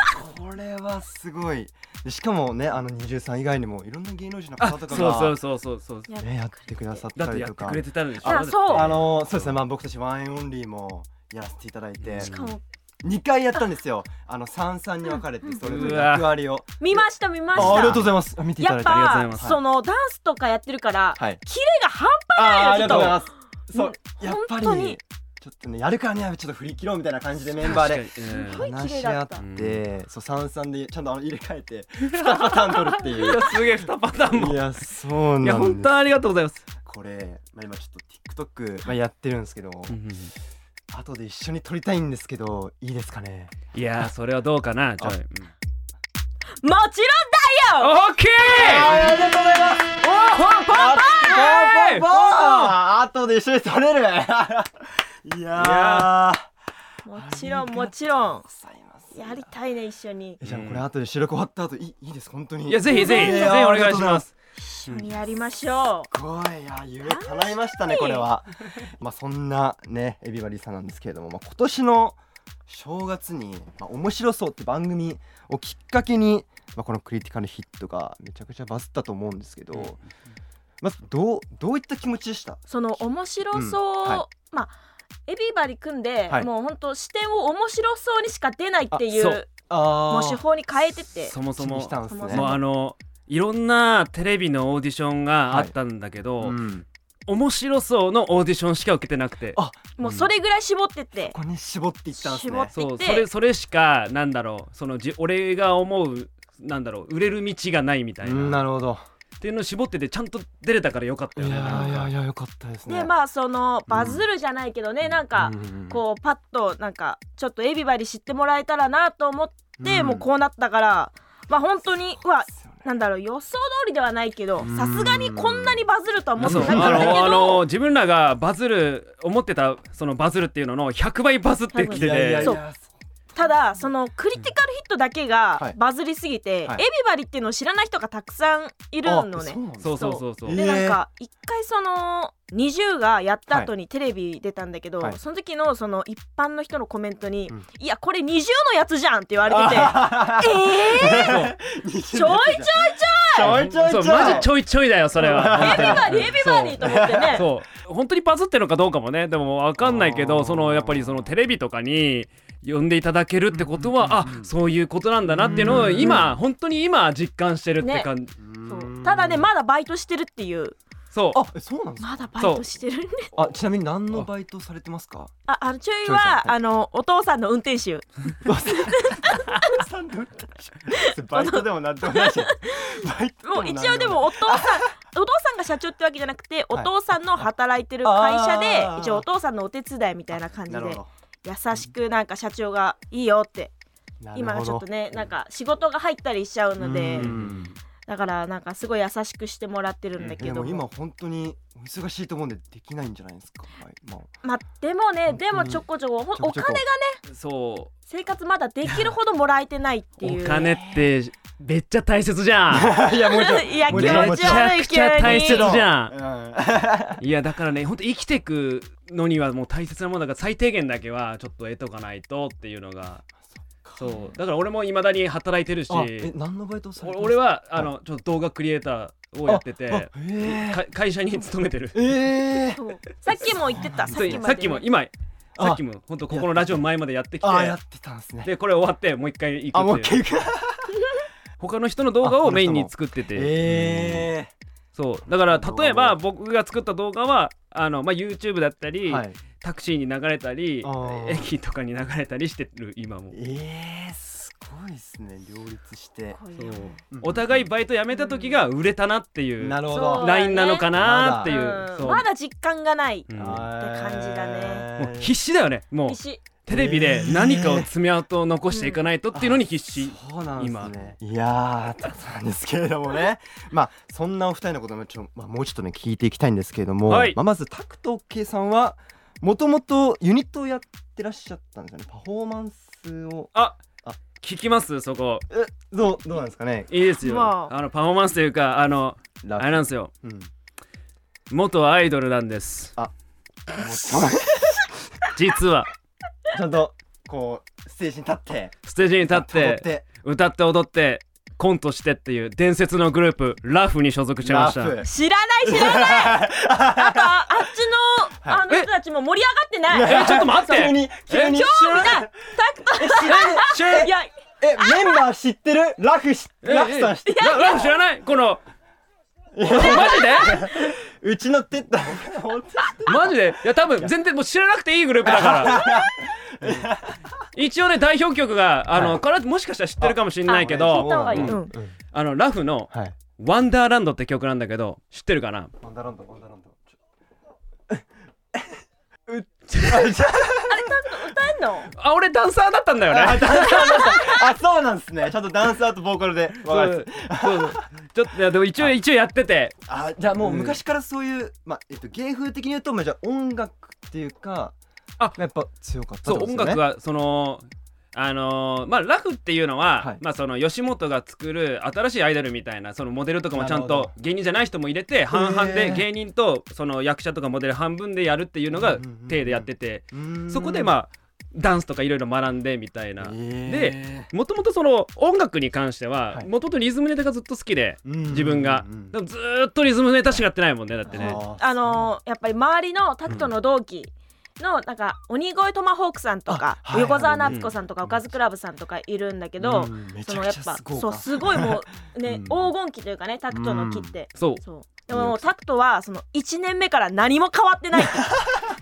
[SPEAKER 2] これはすごいでしかもねあの23以外にもいろんな芸能人の方とか
[SPEAKER 1] そうそう
[SPEAKER 2] が
[SPEAKER 1] そうそうそう
[SPEAKER 6] や
[SPEAKER 2] ねやってくださっ
[SPEAKER 1] だったて
[SPEAKER 2] り
[SPEAKER 1] やっ
[SPEAKER 2] と
[SPEAKER 1] て
[SPEAKER 2] か
[SPEAKER 1] くれてたのでしょ
[SPEAKER 6] あ
[SPEAKER 1] だって
[SPEAKER 6] そう
[SPEAKER 2] あのそうですねまあ僕たちワンエンオンリーもやらせていただいて
[SPEAKER 6] しかも
[SPEAKER 2] 2回やったんですよあの三々に分かれてそれぞれ役割を
[SPEAKER 6] 見ました見ました
[SPEAKER 2] あありがとうございますあ見ていただ
[SPEAKER 6] やっ
[SPEAKER 2] いてありがとうござい
[SPEAKER 6] ぱ
[SPEAKER 2] ます
[SPEAKER 6] そのダンスとかやってるから、
[SPEAKER 2] はい
[SPEAKER 6] キレが半
[SPEAKER 2] あーあ
[SPEAKER 6] 端ない
[SPEAKER 2] り
[SPEAKER 6] よ
[SPEAKER 2] が
[SPEAKER 6] ち
[SPEAKER 2] と
[SPEAKER 6] ょ
[SPEAKER 2] う
[SPEAKER 6] っ
[SPEAKER 2] ございますそう
[SPEAKER 6] とうん
[SPEAKER 2] やっぱ
[SPEAKER 6] 本当
[SPEAKER 2] りね
[SPEAKER 6] に
[SPEAKER 2] ちょっとねやるからにはちょっと振り切ろうみたいな感じでメンバーで
[SPEAKER 1] 確かにうん
[SPEAKER 6] ごい綺
[SPEAKER 2] 話
[SPEAKER 6] 麗
[SPEAKER 2] し
[SPEAKER 6] だ
[SPEAKER 2] 合
[SPEAKER 6] っ
[SPEAKER 2] ったて、そう三三でちゃんとあの入れ替えて2パターン取るってい。
[SPEAKER 1] いうやすげえ2パターンも
[SPEAKER 2] いやそう
[SPEAKER 1] いや
[SPEAKER 2] なん
[SPEAKER 1] 本
[SPEAKER 2] です
[SPEAKER 1] 当ありがとうございます
[SPEAKER 2] これ、まあ、今ちょっと TikTok、まあ、やってるんですけど、後で一緒に撮りたいんですけどいいですかね
[SPEAKER 1] いやそれはどうかなちょいう
[SPEAKER 2] あ
[SPEAKER 1] ん
[SPEAKER 6] もちろんだよ
[SPEAKER 1] オッケー
[SPEAKER 2] りがとうございます
[SPEAKER 1] はい
[SPEAKER 2] あ後で一緒に撮れる いやーいや
[SPEAKER 6] もちろんもちろん
[SPEAKER 2] ございます
[SPEAKER 6] やりたいね一緒に
[SPEAKER 2] えじゃあこれ後で収録終わった後いいいいです本当に
[SPEAKER 1] いやぜひぜひぜひお願いします
[SPEAKER 6] 一緒にやりましょ
[SPEAKER 2] すごいいや夢叶いましたねこれはまあそんなねエビバリーさんなんですけれども、まあ、今年の正月に「まあ、面白そう」って番組をきっかけに、まあ、このクリティカルヒットがめちゃくちゃバズったと思うんですけど、まずどうどういった気持ちでした
[SPEAKER 6] うその面白そう、
[SPEAKER 2] うんは
[SPEAKER 6] まあエビバリ組んで、
[SPEAKER 2] はい
[SPEAKER 6] もう本当視点を面白そうにしか出ないってい
[SPEAKER 1] あそうう
[SPEAKER 2] あ
[SPEAKER 6] もう手法に変えてて
[SPEAKER 1] そもそも
[SPEAKER 2] したんです
[SPEAKER 6] そも
[SPEAKER 2] ね
[SPEAKER 6] そ
[SPEAKER 1] もうあのいろんなテレビのオーディションがあったんだけど、
[SPEAKER 2] うん、
[SPEAKER 1] 面白そうのオーディションしか受けてなくて
[SPEAKER 2] あ
[SPEAKER 6] もうそれぐらい絞ってって
[SPEAKER 2] ここに絞っていったんです
[SPEAKER 6] 絞っ
[SPEAKER 2] ね
[SPEAKER 6] て
[SPEAKER 1] そう
[SPEAKER 6] き
[SPEAKER 1] それ
[SPEAKER 6] て
[SPEAKER 1] それしかなんだろうそのじ俺が思うなんだろう売れる道がないみたい
[SPEAKER 2] うん
[SPEAKER 1] な
[SPEAKER 2] なるほど
[SPEAKER 1] っていうのを絞っててちゃんと出れたからよかった
[SPEAKER 2] い
[SPEAKER 1] よ
[SPEAKER 2] や
[SPEAKER 1] ねなん
[SPEAKER 2] い
[SPEAKER 1] か
[SPEAKER 2] やいやよかったですね
[SPEAKER 6] でまあそのバズるじゃないけどねなんかこうパッとなんかちょっとエビバリ知ってもらえたらなと思って、
[SPEAKER 2] うん
[SPEAKER 6] もうこうなったからまあ本当にうわ
[SPEAKER 2] すよね
[SPEAKER 6] なんだろう予想通りではないけど
[SPEAKER 2] うん
[SPEAKER 6] さすがにこんなにバズるとは思って
[SPEAKER 1] そ
[SPEAKER 6] な
[SPEAKER 1] う
[SPEAKER 6] か
[SPEAKER 1] あ
[SPEAKER 6] ったけ
[SPEAKER 1] のあ
[SPEAKER 6] ど。
[SPEAKER 1] の自分らがバズる思ってたそのバズるっていうのの100倍バズってきて
[SPEAKER 2] いやいや
[SPEAKER 1] て
[SPEAKER 2] い
[SPEAKER 6] そ
[SPEAKER 2] や
[SPEAKER 6] ただそのクリティカルヒットだけ
[SPEAKER 2] は
[SPEAKER 6] が
[SPEAKER 2] い
[SPEAKER 6] バズりすぎて、
[SPEAKER 2] はい
[SPEAKER 6] エビバリっていうのを知らない人がたくさんいる
[SPEAKER 2] あ
[SPEAKER 6] の
[SPEAKER 2] そ
[SPEAKER 6] ね
[SPEAKER 2] う。なんです
[SPEAKER 1] そうそうそうそう
[SPEAKER 2] そう
[SPEAKER 6] でなんか一回その20がやった後にテレビ出たんだけど、
[SPEAKER 2] はい
[SPEAKER 6] その時のその一般の人のコメントに「
[SPEAKER 2] うん
[SPEAKER 6] いやこれ20のやつじゃん」って言われて てえー、ちょいちょい
[SPEAKER 2] ちょいちょいち
[SPEAKER 1] そ
[SPEAKER 2] ょ
[SPEAKER 1] う
[SPEAKER 2] い
[SPEAKER 1] マジちょいちょいだよそれは
[SPEAKER 6] エビバディエビバディと思ってね
[SPEAKER 1] そう本当にバズってるのかどうかもねでもわかんないけ
[SPEAKER 2] あ
[SPEAKER 1] ど
[SPEAKER 2] ー
[SPEAKER 1] そのやっぱりそのテレビとかに呼んでいただけるってことは、あそういうことなんだなっていうのを今、本当に今実感してるって感じ、
[SPEAKER 6] そうただねまだバイトしてるっていう
[SPEAKER 1] そう
[SPEAKER 2] あえそうなんですか
[SPEAKER 6] まだバイトしてるね
[SPEAKER 2] あちなみに何のバイトされてますか
[SPEAKER 6] ああのちょい
[SPEAKER 2] ちょいさんは
[SPEAKER 6] はいあのお父さんの運転手
[SPEAKER 2] バイトでもなんでもないしバイト
[SPEAKER 6] もう一応で
[SPEAKER 2] なん
[SPEAKER 6] もお父さん お父さんが社長ってわけじゃなくてお
[SPEAKER 2] い
[SPEAKER 6] 父さんの働いてる会社
[SPEAKER 2] あー
[SPEAKER 6] で一応お父さんのお手伝いみたいな感じ
[SPEAKER 2] でもな
[SPEAKER 6] で
[SPEAKER 2] いなるほ
[SPEAKER 6] 優しくなんか社長がいいよって
[SPEAKER 2] どなるほど
[SPEAKER 6] 今がちょっとねなんか仕事が入ったりしちゃうので
[SPEAKER 2] うん
[SPEAKER 6] だからなんかすごい優しくしてもらってるんだけ
[SPEAKER 2] で
[SPEAKER 6] ど
[SPEAKER 2] も
[SPEAKER 6] も
[SPEAKER 2] 今本当にお忙しいと思うんでできないんじゃないですかはいまあ
[SPEAKER 6] まあでもねでもちょこちょこほんお
[SPEAKER 2] ちょこ
[SPEAKER 6] 金
[SPEAKER 2] ちょこ
[SPEAKER 6] が
[SPEAKER 1] そう
[SPEAKER 6] 生活まだできるほどもらえてないってい
[SPEAKER 1] お
[SPEAKER 6] う
[SPEAKER 1] 金ってめっちゃ大切じゃん
[SPEAKER 2] いやもうちょい
[SPEAKER 6] いや気
[SPEAKER 2] も
[SPEAKER 6] 持
[SPEAKER 2] う
[SPEAKER 6] ち
[SPEAKER 1] め
[SPEAKER 2] ょ
[SPEAKER 6] 悪
[SPEAKER 1] ちゃ
[SPEAKER 6] い
[SPEAKER 1] くちゃ大切
[SPEAKER 6] 急に
[SPEAKER 1] じゃん
[SPEAKER 2] うん
[SPEAKER 1] いやだからね本当生きてくのにはもう大切なものだから最低限だけはちょっと得とかないとっていうのがそうだから俺もいまだに働いてるし
[SPEAKER 2] あえ何のバイトされ
[SPEAKER 1] 俺
[SPEAKER 2] て
[SPEAKER 1] 俺
[SPEAKER 2] は
[SPEAKER 1] はあのちょっと動画クリエイターをやってて
[SPEAKER 2] え
[SPEAKER 1] か会社に勤めてる
[SPEAKER 2] えええ
[SPEAKER 6] そうさっきも言ってたさ
[SPEAKER 1] そ
[SPEAKER 6] っ
[SPEAKER 1] う
[SPEAKER 6] きまで
[SPEAKER 1] さっきも今さっきも本当ここのラジオ前までやってき
[SPEAKER 2] あーやっててたんですね
[SPEAKER 1] でこれ終わってもう一回
[SPEAKER 2] あ
[SPEAKER 1] 行
[SPEAKER 2] もう
[SPEAKER 1] くって
[SPEAKER 2] 一
[SPEAKER 1] いう
[SPEAKER 2] 回行く
[SPEAKER 1] 他の人の動画をメインに作ってて
[SPEAKER 2] え
[SPEAKER 1] そうだから例え
[SPEAKER 2] な
[SPEAKER 1] ば
[SPEAKER 2] る
[SPEAKER 1] 僕が作った動画はあの、まあ、YouTube だった
[SPEAKER 2] え
[SPEAKER 1] り、
[SPEAKER 2] はい
[SPEAKER 1] タクシーに流れたり
[SPEAKER 2] あー
[SPEAKER 1] 駅とかに流れたりしてる今も、
[SPEAKER 2] ええすごいですね両立して
[SPEAKER 6] こう
[SPEAKER 1] そ
[SPEAKER 6] いうう
[SPEAKER 1] お互いバイト辞めた時が売れたなっていう
[SPEAKER 2] なるほ
[SPEAKER 6] そ
[SPEAKER 2] ど
[SPEAKER 6] う
[SPEAKER 1] ラインなのかなっていう
[SPEAKER 6] うん
[SPEAKER 1] そう
[SPEAKER 6] まだ実感がない
[SPEAKER 1] うんも
[SPEAKER 2] あー
[SPEAKER 6] って感じだね
[SPEAKER 1] う必死だよねもう
[SPEAKER 6] 石
[SPEAKER 1] テレビで何かを爪痕を残していかないとっていうのに必死、
[SPEAKER 2] そうなんですねいやーそうなんですけれどもね まあそんなお二人のこともちょ、まあ、もうちょっとね聞いていきたいんですけれども、
[SPEAKER 1] はい
[SPEAKER 2] まあ、まずタクトケイさんはもともとユニットをやってらっしゃったんですよねパフォーマンスを
[SPEAKER 1] 聞きますそこ
[SPEAKER 2] えどうどうなんですかね
[SPEAKER 1] いいですよ、
[SPEAKER 6] まあ
[SPEAKER 1] あ、のパフォーマンスというかあの
[SPEAKER 2] ラ
[SPEAKER 1] あれなんですよ
[SPEAKER 2] うん、も
[SPEAKER 1] 元アイドルなんです
[SPEAKER 2] うちょっと
[SPEAKER 1] 実は
[SPEAKER 2] ちゃんとこうステージに立って
[SPEAKER 1] ステージに立っ
[SPEAKER 2] 踊
[SPEAKER 1] て
[SPEAKER 2] って
[SPEAKER 1] 歌って踊ってコントしてっていう伝説のグループラフに所属してました
[SPEAKER 2] ラフ
[SPEAKER 6] 知らない 知らないあとあっちの
[SPEAKER 2] は
[SPEAKER 6] あの人たちも盛り上がってない
[SPEAKER 1] えちょっと待って
[SPEAKER 2] 急に急に
[SPEAKER 1] え
[SPEAKER 2] 知らない
[SPEAKER 1] 知らない
[SPEAKER 6] いや
[SPEAKER 2] えメンバー知ってるラフしラフさん知ってる
[SPEAKER 1] ララフ知らないこのマジで
[SPEAKER 2] うちのテッド本当
[SPEAKER 1] マジでいや多分全然もう知らなくていいグループだからうん一応ね代表曲があの、
[SPEAKER 2] はい
[SPEAKER 1] これもしかしたら知ってるかもしれないけ
[SPEAKER 6] 聞
[SPEAKER 2] そ
[SPEAKER 6] いう
[SPEAKER 1] ど
[SPEAKER 6] た方がいい、
[SPEAKER 2] うん
[SPEAKER 6] うん
[SPEAKER 1] あのラフの
[SPEAKER 2] はい
[SPEAKER 1] 「ワンダーランド」って曲なんだけど知ってるかな
[SPEAKER 2] ワンダーランドワンダーランドちょ
[SPEAKER 6] 歌えんの
[SPEAKER 1] あ俺ダンサーだったんだよね
[SPEAKER 2] あそうなんですねちゃんとダンサーとボーカルでわかりま す
[SPEAKER 1] そうそうちょっといやでも一応一応やってて
[SPEAKER 2] あじゃあもう昔からそういうまあえっと芸風的に言うとまあじゃあ音楽っていうか
[SPEAKER 1] あ
[SPEAKER 2] やっぱ強かった
[SPEAKER 1] そう音楽
[SPEAKER 2] は
[SPEAKER 1] はそのあのーまあラフっていうのは、
[SPEAKER 2] はい
[SPEAKER 1] まあその吉本が作る新しいアイドルみたいなそのモデルとかもちゃん
[SPEAKER 2] なる
[SPEAKER 1] と芸人じゃない人も入れて半々
[SPEAKER 2] へ
[SPEAKER 1] で
[SPEAKER 2] ー
[SPEAKER 1] 芸人とその役者とかモデル半分でやるっていうの
[SPEAKER 2] う
[SPEAKER 1] が
[SPEAKER 2] んうんうんうん
[SPEAKER 1] 体でやっててそこで
[SPEAKER 2] あ
[SPEAKER 1] まあダンスとかいろいろ学んでみたいな。
[SPEAKER 2] で
[SPEAKER 1] もともとその音楽に関しては
[SPEAKER 2] はい
[SPEAKER 1] もともとリズムネタがずっと好きで自
[SPEAKER 2] 自
[SPEAKER 1] 分がでもずーっとリズムネタしかやってないもんねだってね
[SPEAKER 6] あのーやっぱり周りのタクトの同期のなんか鬼越トマホークさんとか、
[SPEAKER 2] あはい
[SPEAKER 6] 横澤夏子さんとか、おかずクラブさんとかいるんだけど、
[SPEAKER 2] うんめち
[SPEAKER 6] そ
[SPEAKER 2] ゃ
[SPEAKER 6] の
[SPEAKER 2] く
[SPEAKER 6] やっ
[SPEAKER 2] ちゃ
[SPEAKER 6] ぱ
[SPEAKER 2] すごい
[SPEAKER 6] そうすごいも うね、
[SPEAKER 2] うん
[SPEAKER 6] 黄金期というかねタクトの期って、
[SPEAKER 1] そう
[SPEAKER 6] そうでももうタクトはその1年目から何も変わっ てないって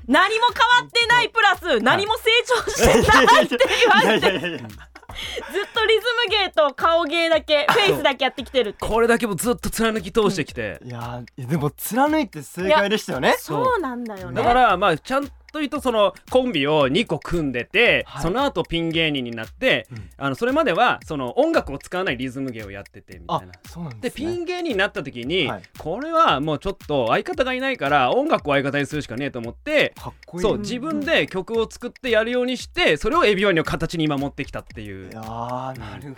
[SPEAKER 6] 何も変わってないプラス何も成長してないって言われて ずっとリズムゲーと顔ゲーだけフェイスだけやってきてるって
[SPEAKER 1] これだけもずっと貫き通してきて、
[SPEAKER 2] いやーでも貫いて正解でしたよね
[SPEAKER 1] そう
[SPEAKER 6] そうなんだよね
[SPEAKER 1] だからまあちゃんと言うとそのコンビを2個組んでて、
[SPEAKER 2] はい
[SPEAKER 1] その後ピン芸人になって、
[SPEAKER 2] うん
[SPEAKER 1] あのそれまではその音楽を使わないリズム芸をやっててみた
[SPEAKER 2] あ
[SPEAKER 1] いな。
[SPEAKER 2] そうなん
[SPEAKER 1] で
[SPEAKER 2] です
[SPEAKER 1] ピ
[SPEAKER 2] ね
[SPEAKER 1] ン芸人になった時に、
[SPEAKER 2] はい
[SPEAKER 1] これはもうちょっと相方がいないから音楽を相方にするしかねえと思って。
[SPEAKER 2] かっこいい
[SPEAKER 1] そう
[SPEAKER 6] ね
[SPEAKER 1] 自分で曲を作ってやるようにしてそれをエビワニの形に今持ってきたっていう
[SPEAKER 2] いやーなる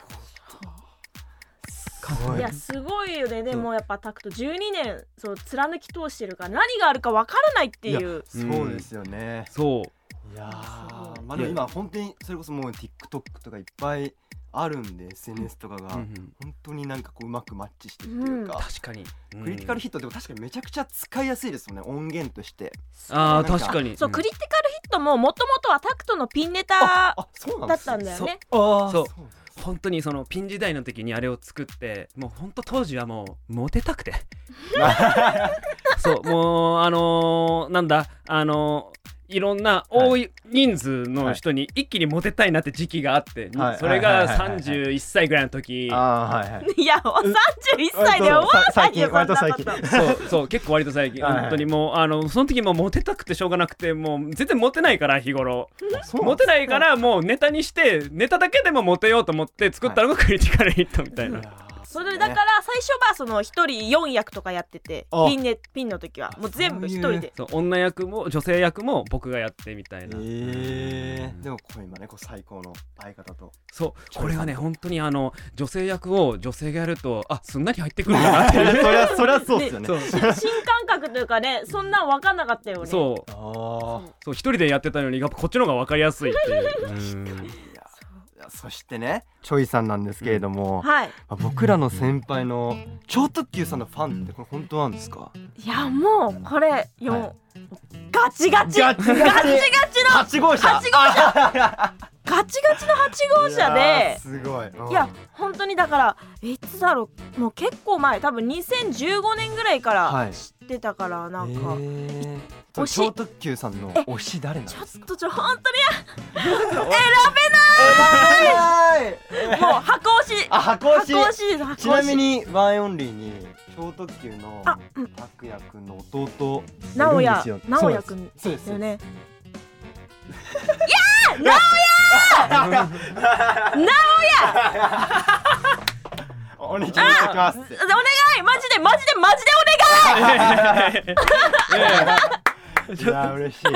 [SPEAKER 2] ほどすご
[SPEAKER 6] いやすごいよねでもやっぱタクト12年そう貫き通してるから何があるかわからないっていう
[SPEAKER 2] いやそうですよね、
[SPEAKER 1] そう
[SPEAKER 2] いや
[SPEAKER 6] す
[SPEAKER 2] ー
[SPEAKER 6] ごい
[SPEAKER 2] まあでも今本当にそれこそもう TikTok とかいっぱいあるんで SNS とかが、
[SPEAKER 1] うんうん
[SPEAKER 2] 本当になんかこううまくマッチしてるっていうか、
[SPEAKER 1] 確かに
[SPEAKER 2] クリティカルヒットでも確かにめちゃくちゃ使いやすいですもんね音源として
[SPEAKER 1] ああ
[SPEAKER 2] なんか
[SPEAKER 1] 確かに
[SPEAKER 6] そうクリティカルヒットももともとはタクトのピンネタ
[SPEAKER 2] あそうなん
[SPEAKER 6] だ
[SPEAKER 2] で
[SPEAKER 6] っ
[SPEAKER 2] す
[SPEAKER 6] たんだよね
[SPEAKER 2] あー
[SPEAKER 1] そう
[SPEAKER 2] なんです
[SPEAKER 1] 本当にそのピン時代の時にあれを作ってもう本当当時はもうモテたくて そうもうあのーなんだあのーいろんな多い人数の人に一気にモテたいなって時期があって、
[SPEAKER 2] はい
[SPEAKER 1] それ
[SPEAKER 2] はい
[SPEAKER 1] が
[SPEAKER 2] はいはいはい
[SPEAKER 1] 31歳ぐらいの時
[SPEAKER 2] あーはいはい
[SPEAKER 6] いや、お31歳で思わ
[SPEAKER 2] さ
[SPEAKER 6] な
[SPEAKER 2] 最
[SPEAKER 6] いよ、
[SPEAKER 2] 近
[SPEAKER 6] そ
[SPEAKER 2] 割
[SPEAKER 6] んなこと
[SPEAKER 2] 最
[SPEAKER 6] と
[SPEAKER 2] 近。
[SPEAKER 1] そうそう結構割と最近
[SPEAKER 2] はいはい
[SPEAKER 1] 本当にもうあのその時もうモテたくてしょうがなくてもう全然モテないから日頃
[SPEAKER 2] そうなん
[SPEAKER 1] モ
[SPEAKER 2] で
[SPEAKER 1] テないからもうネタにしてネタだけでもモテようと思って作ったのがクリティカルヒットみたいな、
[SPEAKER 2] す
[SPEAKER 6] そ
[SPEAKER 2] ね
[SPEAKER 6] れだから最初はその一人4役とかやってて
[SPEAKER 2] あ
[SPEAKER 6] ピンでピンの時はもう全部一人で
[SPEAKER 1] そう女役も女性役も僕がやってみたいな、
[SPEAKER 2] えー、でもこう今ねこう最高の相方と
[SPEAKER 1] そうこれがね本当にあの女性役を女性がやるとあすんなり入ってくるんだなっていう
[SPEAKER 2] そりゃそりゃそう
[SPEAKER 6] で
[SPEAKER 2] ですよね
[SPEAKER 1] そう
[SPEAKER 6] し新感覚という かねそんなん分かんなかったよね
[SPEAKER 1] そう
[SPEAKER 2] あ
[SPEAKER 1] そう一人でやってたのにやっぱこっちの方が分かりやすいっていう
[SPEAKER 2] ーいやいやそしてねチョイさんなんですけれども、
[SPEAKER 6] はい
[SPEAKER 2] まあ僕らの先輩の超特急さんのファンってこれ本当なんですか
[SPEAKER 6] いやもうこれよ、
[SPEAKER 2] はい
[SPEAKER 6] ガチガチガチガチの
[SPEAKER 2] 8号車
[SPEAKER 6] 8号車ガチガチの8号
[SPEAKER 2] い
[SPEAKER 6] 車
[SPEAKER 2] や
[SPEAKER 6] で
[SPEAKER 2] ーすごいうん
[SPEAKER 6] いや本当にだからいつだろうもう結構前多分2015年ぐらいから
[SPEAKER 2] はい
[SPEAKER 6] 知ってたからなんか、
[SPEAKER 2] え
[SPEAKER 6] 推
[SPEAKER 2] ー、
[SPEAKER 6] し
[SPEAKER 2] 超特急さんの推し誰なんです
[SPEAKER 6] ち
[SPEAKER 2] か
[SPEAKER 6] ょっとちょ本
[SPEAKER 2] はい
[SPEAKER 6] 当にもう箱押し
[SPEAKER 2] あ箱推し
[SPEAKER 6] 箱押しです箱押し
[SPEAKER 2] ちなみにワンエンオンリーに超特急の
[SPEAKER 6] あ
[SPEAKER 2] 拓也くんの弟
[SPEAKER 6] 直
[SPEAKER 2] いるん
[SPEAKER 6] 哉
[SPEAKER 2] ですよ
[SPEAKER 6] 直哉くん
[SPEAKER 2] そうです
[SPEAKER 6] だ
[SPEAKER 2] そうです
[SPEAKER 6] よね
[SPEAKER 2] お兄ちゃんに行きますって
[SPEAKER 6] お願いマジでマジでマジでお願い
[SPEAKER 2] いやー嬉しい。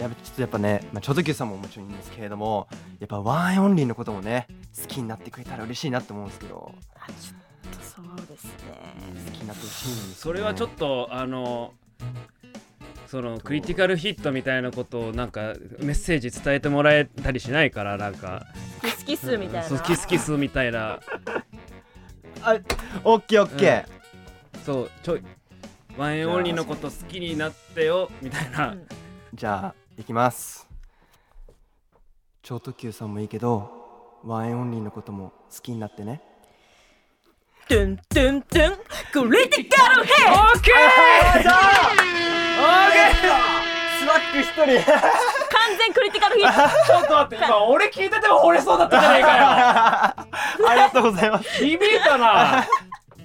[SPEAKER 2] やっぱちょっとやっぱね、まあ、ちょうどきゅうさんももちろんいいんですけれども、やっぱワンエンオンリーのこともね、好きになってくれたら嬉しいなって思うんですけど、
[SPEAKER 6] そうですね
[SPEAKER 2] 好きになってほしいんです、ね。
[SPEAKER 1] それはちょっとあのそのクリティカルヒットみたいなことをなんかメッセージ伝えてもらえたりしないからなんか
[SPEAKER 6] キスキスみたい
[SPEAKER 1] そう
[SPEAKER 6] な
[SPEAKER 1] キスキスみたいな
[SPEAKER 2] あ、オッケーオッケ
[SPEAKER 1] そうちょいワンエンオンリーのこと好きになってよみたいな、
[SPEAKER 6] うん
[SPEAKER 2] ー。じゃあ行きます。ちょうどきゅうさんもいいけど、ワンエンオンリーのことも好きになってね。
[SPEAKER 6] トゥントゥントゥンクリティカルヘッド
[SPEAKER 2] オーケー。スラック一人。
[SPEAKER 6] 完全クリティカルヒッ
[SPEAKER 1] ちょっと待って、今俺聞いてても惚れそうだったじゃないかよ。
[SPEAKER 2] ありがとうございます。
[SPEAKER 1] 響いたな。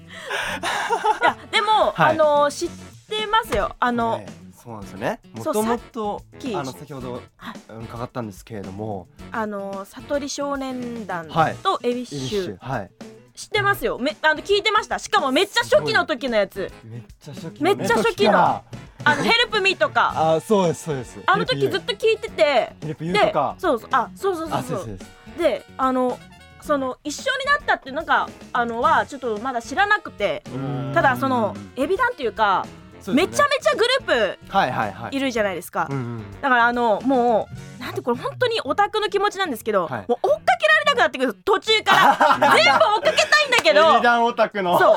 [SPEAKER 6] トいやでも、
[SPEAKER 2] はい
[SPEAKER 6] あの知ってますよあの、
[SPEAKER 2] ねそうなんですよね。も
[SPEAKER 6] そう
[SPEAKER 2] ともと
[SPEAKER 6] さっき
[SPEAKER 2] あの先ほど
[SPEAKER 6] はい
[SPEAKER 2] 伺ったんですけれども、
[SPEAKER 6] あの悟り少年団
[SPEAKER 2] はい
[SPEAKER 6] と
[SPEAKER 2] イ
[SPEAKER 6] エビッ
[SPEAKER 2] リッ
[SPEAKER 6] シ
[SPEAKER 2] シュ
[SPEAKER 6] ュ、
[SPEAKER 2] はい。
[SPEAKER 6] 知ってますよめあの聞いてましたしかもめっちゃ初期の時のやつ
[SPEAKER 2] めっちゃ初期
[SPEAKER 6] めっちゃ初期の
[SPEAKER 2] あ
[SPEAKER 6] あのヘルプミーとか
[SPEAKER 2] あーそうですそうです
[SPEAKER 6] あの時ずっと聞いてて
[SPEAKER 2] ヘルプユ
[SPEAKER 6] で
[SPEAKER 2] ーとか
[SPEAKER 6] そうそうあそうそうそ
[SPEAKER 2] あ
[SPEAKER 6] うそ
[SPEAKER 2] そううですそうです
[SPEAKER 6] であのその一緒になったっていうのがあのはちょっとまだ知らなくてただそのエビ団っていうか
[SPEAKER 2] そうです
[SPEAKER 6] め
[SPEAKER 2] ね
[SPEAKER 6] ちゃめちゃグルー
[SPEAKER 2] はいはいはい
[SPEAKER 6] プいるじゃないですか
[SPEAKER 2] うんうん
[SPEAKER 6] だからあのもうなんてこれ本当にオタクの気持ちなんですけど、
[SPEAKER 2] はい
[SPEAKER 6] もう追っかけられなくなってくる途 中から全部追っかけたいんだけ
[SPEAKER 2] エ
[SPEAKER 6] ど
[SPEAKER 2] ビダンオタクの
[SPEAKER 6] そ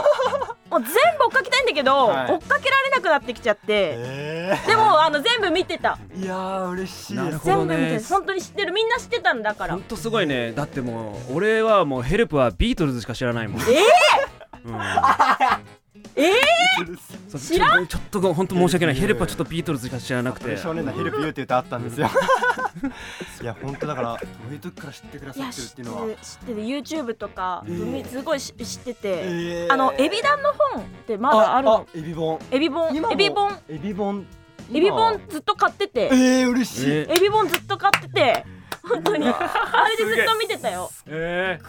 [SPEAKER 6] うもう全部追っかけたいんだけど、
[SPEAKER 2] はい
[SPEAKER 6] 追っかけられなくなってきちゃって
[SPEAKER 2] え
[SPEAKER 6] でもあの全部見てた
[SPEAKER 2] ー、いやー嬉しい
[SPEAKER 7] な
[SPEAKER 2] で
[SPEAKER 7] る
[SPEAKER 2] す
[SPEAKER 7] ほ
[SPEAKER 6] 全
[SPEAKER 7] ど
[SPEAKER 6] 部見て
[SPEAKER 7] ね
[SPEAKER 6] た本当に知ってるみんな知ってたんだから
[SPEAKER 7] ほんとすごいねだってもう俺はもうヘルプはビートルズしか知らない もんえ
[SPEAKER 6] ええ
[SPEAKER 7] え知らんちょっとご本当申し訳ないヘルプはちょっとビートルズしか知らなくて
[SPEAKER 2] 少年のヘルプユーって歌あったんです よいや本当だからどういう時から知ってくだ
[SPEAKER 6] い
[SPEAKER 2] さ
[SPEAKER 6] や
[SPEAKER 2] ってる
[SPEAKER 6] 知
[SPEAKER 2] っ
[SPEAKER 6] ってて
[SPEAKER 2] いう
[SPEAKER 6] る
[SPEAKER 2] のは
[SPEAKER 6] 知ってる YouTube とか、
[SPEAKER 2] ー
[SPEAKER 6] すごいし知ってて、
[SPEAKER 2] えー
[SPEAKER 6] あのエビダンの本ってまだあるの
[SPEAKER 2] エビボン
[SPEAKER 6] エビ本
[SPEAKER 2] 今も
[SPEAKER 6] エビ本
[SPEAKER 2] エビボン
[SPEAKER 6] エビ本ずっと買ってて、
[SPEAKER 2] えー、嬉しい、
[SPEAKER 7] え
[SPEAKER 6] エビ本ずっと買ってて本当にあれでずっと見てたよ
[SPEAKER 7] え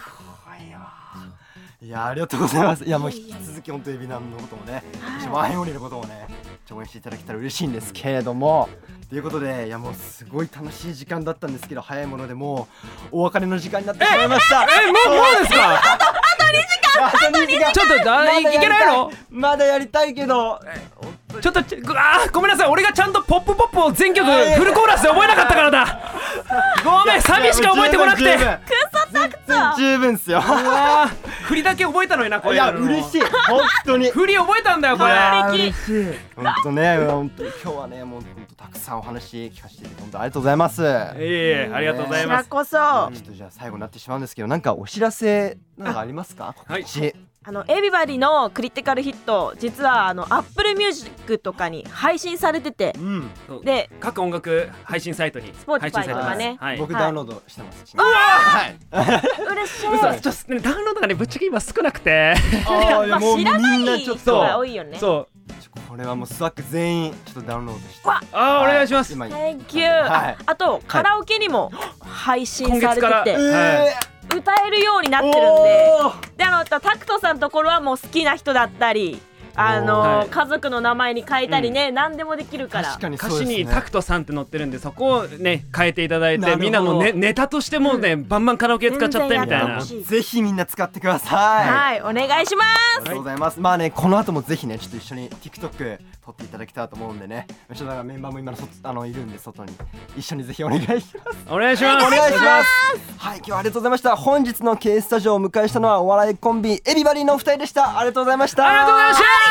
[SPEAKER 2] いやありがとうございますいやもう引き続き本当エビナンのこともね一番円折りのこともねちょ応援していただけたら嬉しいんですけれどもということでいやもうすごい楽しい時間だったんですけど早いものでもうお別れの時間になってしまいましたえ
[SPEAKER 7] えもうもうですか
[SPEAKER 2] あと2時間
[SPEAKER 7] ちょっとだいいけないの
[SPEAKER 2] まだやりたいけど
[SPEAKER 7] ちょっとちあーごめんなさい俺がちゃんとポップポップを全曲フルコーラスで覚えなかったからだごめんサビしか覚えてこなくて
[SPEAKER 2] くそたく十分ですよ
[SPEAKER 7] あー振りだけ覚えたのになこ
[SPEAKER 2] い
[SPEAKER 7] れ
[SPEAKER 2] や嬉しい本当に
[SPEAKER 7] 振り覚えたんだよこれ
[SPEAKER 2] 嬉しい本当ね本当に今日はねもう本当たくさんお話聞かせていただいて本当ありがとうございます
[SPEAKER 7] いえいえありがとうございます
[SPEAKER 6] こそあ
[SPEAKER 2] ちょっとじゃあ最後になってしまうんですけど、なんかお知らせなんかありますか？
[SPEAKER 7] はい
[SPEAKER 2] 告知
[SPEAKER 6] のエビバリのクリティカルヒット実はあの Apple Music とかに配信されてて
[SPEAKER 2] うん。
[SPEAKER 6] で
[SPEAKER 7] 各音楽配信サイトに
[SPEAKER 6] ポー
[SPEAKER 7] 配
[SPEAKER 6] ティファ
[SPEAKER 7] 信
[SPEAKER 6] イ
[SPEAKER 7] されて
[SPEAKER 6] とか
[SPEAKER 7] ます
[SPEAKER 6] ね
[SPEAKER 7] はい
[SPEAKER 2] 僕
[SPEAKER 6] はい
[SPEAKER 2] ダウンロードしてます。うわはい。
[SPEAKER 6] 嬉しい
[SPEAKER 7] 嘘ちょっとねダウンロードがねぶっちゃけ今少なくて
[SPEAKER 2] あーい
[SPEAKER 6] ま
[SPEAKER 2] や
[SPEAKER 6] あ
[SPEAKER 2] もう
[SPEAKER 6] 知らな
[SPEAKER 2] みん
[SPEAKER 6] い
[SPEAKER 2] ちょ
[SPEAKER 6] 人
[SPEAKER 2] っと
[SPEAKER 6] が多いよね
[SPEAKER 7] そう
[SPEAKER 2] ちょこれはもうスワック全員ちょっとダウンロードして。
[SPEAKER 7] あーお願いします
[SPEAKER 2] 今。
[SPEAKER 6] Thank you、
[SPEAKER 2] はい
[SPEAKER 6] ああとカラオケにも配信され
[SPEAKER 7] 今
[SPEAKER 6] て
[SPEAKER 7] 月
[SPEAKER 6] て
[SPEAKER 7] か
[SPEAKER 2] え
[SPEAKER 6] 歌えるようになっ
[SPEAKER 2] ー
[SPEAKER 6] てるんで
[SPEAKER 2] おー
[SPEAKER 6] であのタクトさんのところはもう好きな人だったりあの、
[SPEAKER 7] はい
[SPEAKER 6] 家族の名前に変えたりね、何でもできるから
[SPEAKER 2] 確かに
[SPEAKER 7] 歌
[SPEAKER 2] そう
[SPEAKER 7] 詞
[SPEAKER 2] ですね。
[SPEAKER 7] にタクトさんって載ってるんでそこをね変えていただい
[SPEAKER 2] な
[SPEAKER 7] て
[SPEAKER 2] るほど
[SPEAKER 7] みんなもねネタとしてもうねバンバンカラオケ使っちゃってみたい
[SPEAKER 6] 全然や
[SPEAKER 7] な
[SPEAKER 6] ってほしい
[SPEAKER 2] ぜひみんな使ってください。
[SPEAKER 6] はい、お願いします
[SPEAKER 2] ありがとうございます。まあねこの後もぜひねちょっと一緒に TikTok 撮っていただけたらと思うんでね。ちょっとなんかメンバーも今の外あのいるんで外に一緒にぜひお願いします。
[SPEAKER 7] お願いします
[SPEAKER 2] お願いします。はい、今日はありがとうございました。本日の K スタジオをお迎えしたのはお笑いコンビエビバリーのお二人でした。ありがとうございました。
[SPEAKER 7] ありがとうございましたあ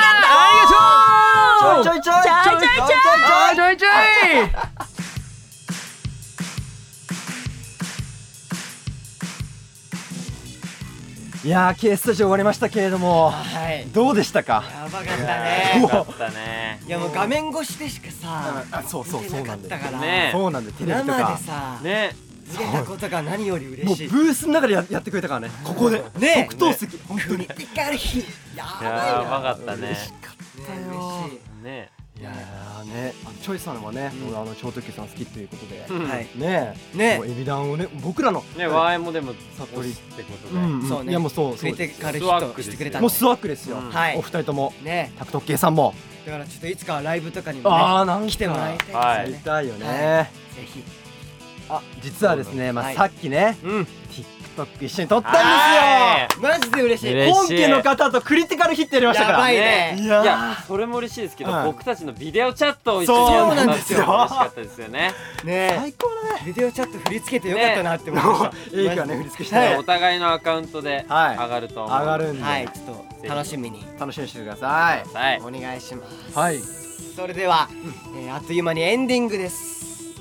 [SPEAKER 7] りがとう
[SPEAKER 2] ちょいちょいちょい
[SPEAKER 6] ちょいちょいちょい
[SPEAKER 2] ちょい
[SPEAKER 7] ちょいちょい
[SPEAKER 2] いやー K スタジオ終わりましたけれども、
[SPEAKER 3] はい
[SPEAKER 2] どうでしたか。
[SPEAKER 3] やばかったね
[SPEAKER 1] かったね
[SPEAKER 3] いやもう画面越しでしかさ
[SPEAKER 2] あそうそう
[SPEAKER 3] 見て
[SPEAKER 2] そう
[SPEAKER 3] なか
[SPEAKER 2] な
[SPEAKER 3] っ
[SPEAKER 2] んで
[SPEAKER 3] たから
[SPEAKER 1] ね
[SPEAKER 2] そうなんでテレビ
[SPEAKER 3] 生
[SPEAKER 2] と
[SPEAKER 3] で
[SPEAKER 2] か。
[SPEAKER 3] さ
[SPEAKER 1] ね
[SPEAKER 3] 見れたことが何より
[SPEAKER 2] も
[SPEAKER 3] 嬉し
[SPEAKER 2] うブ
[SPEAKER 3] い
[SPEAKER 2] ースの中でややってくれたからね。ここで。
[SPEAKER 3] ね
[SPEAKER 2] 特等席。本当
[SPEAKER 3] ク
[SPEAKER 2] に
[SPEAKER 3] リ。ティカルヒットや
[SPEAKER 1] や
[SPEAKER 3] ばいな
[SPEAKER 1] ばかったね
[SPEAKER 3] ね嬉しい
[SPEAKER 1] ね
[SPEAKER 2] いやーね、あのチョイさんはね、あの超特急さん好きということで。
[SPEAKER 1] うん
[SPEAKER 3] はい
[SPEAKER 2] ねえ、
[SPEAKER 3] ねえ
[SPEAKER 2] もうエビダンをね、僕らの。
[SPEAKER 1] ねワーエもでも
[SPEAKER 2] 悟
[SPEAKER 1] 悟
[SPEAKER 2] り
[SPEAKER 1] りってこと
[SPEAKER 2] う
[SPEAKER 1] で、
[SPEAKER 2] ん、
[SPEAKER 3] そうね
[SPEAKER 2] いやもうそう、
[SPEAKER 3] ク
[SPEAKER 2] そう
[SPEAKER 3] リ
[SPEAKER 2] で
[SPEAKER 3] テ
[SPEAKER 2] す
[SPEAKER 3] ィカルヒットしてくれたん
[SPEAKER 2] も
[SPEAKER 3] で
[SPEAKER 2] うスワックですよ。
[SPEAKER 1] うん
[SPEAKER 3] はい
[SPEAKER 2] お二人とも。
[SPEAKER 3] ね
[SPEAKER 2] タクトッケイさんも。
[SPEAKER 3] だからちょっといつかはライブとかにも
[SPEAKER 2] あ
[SPEAKER 3] ね
[SPEAKER 2] あ、なん
[SPEAKER 3] 来てもらいたいですよ
[SPEAKER 1] は
[SPEAKER 2] やり
[SPEAKER 3] ね
[SPEAKER 2] たいよね。
[SPEAKER 3] はぜひ
[SPEAKER 2] あ、実はですね、まあ、
[SPEAKER 3] はい
[SPEAKER 2] さっきね、
[SPEAKER 1] うん
[SPEAKER 2] TikTok 一緒に撮ったんですよ。
[SPEAKER 3] マジで嬉しい
[SPEAKER 1] 嬉しい
[SPEAKER 2] 本家の方とクリティカルヒットやりましたから。
[SPEAKER 3] やばい
[SPEAKER 1] ね
[SPEAKER 3] ね
[SPEAKER 2] い
[SPEAKER 1] い
[SPEAKER 2] やー
[SPEAKER 1] やそれも嬉しいですけど、
[SPEAKER 2] うん
[SPEAKER 1] 僕たちのビデオチャットを一緒にやったのがすごい嬉しかったですよね
[SPEAKER 3] ね
[SPEAKER 2] 最高だね。
[SPEAKER 3] ビデオチャット振り付けてよかったなって思いました
[SPEAKER 2] エイクがね、振り付けして
[SPEAKER 1] だから
[SPEAKER 2] ね
[SPEAKER 1] お、互いのアカウントで
[SPEAKER 2] はい
[SPEAKER 1] 上がると思う、
[SPEAKER 2] 上がるんで、
[SPEAKER 3] はい、ちょっと楽しみに
[SPEAKER 2] 楽しみにしてください。
[SPEAKER 1] はい
[SPEAKER 3] お願いします。
[SPEAKER 2] はい
[SPEAKER 3] それでは、えーあっという間にエンディングです。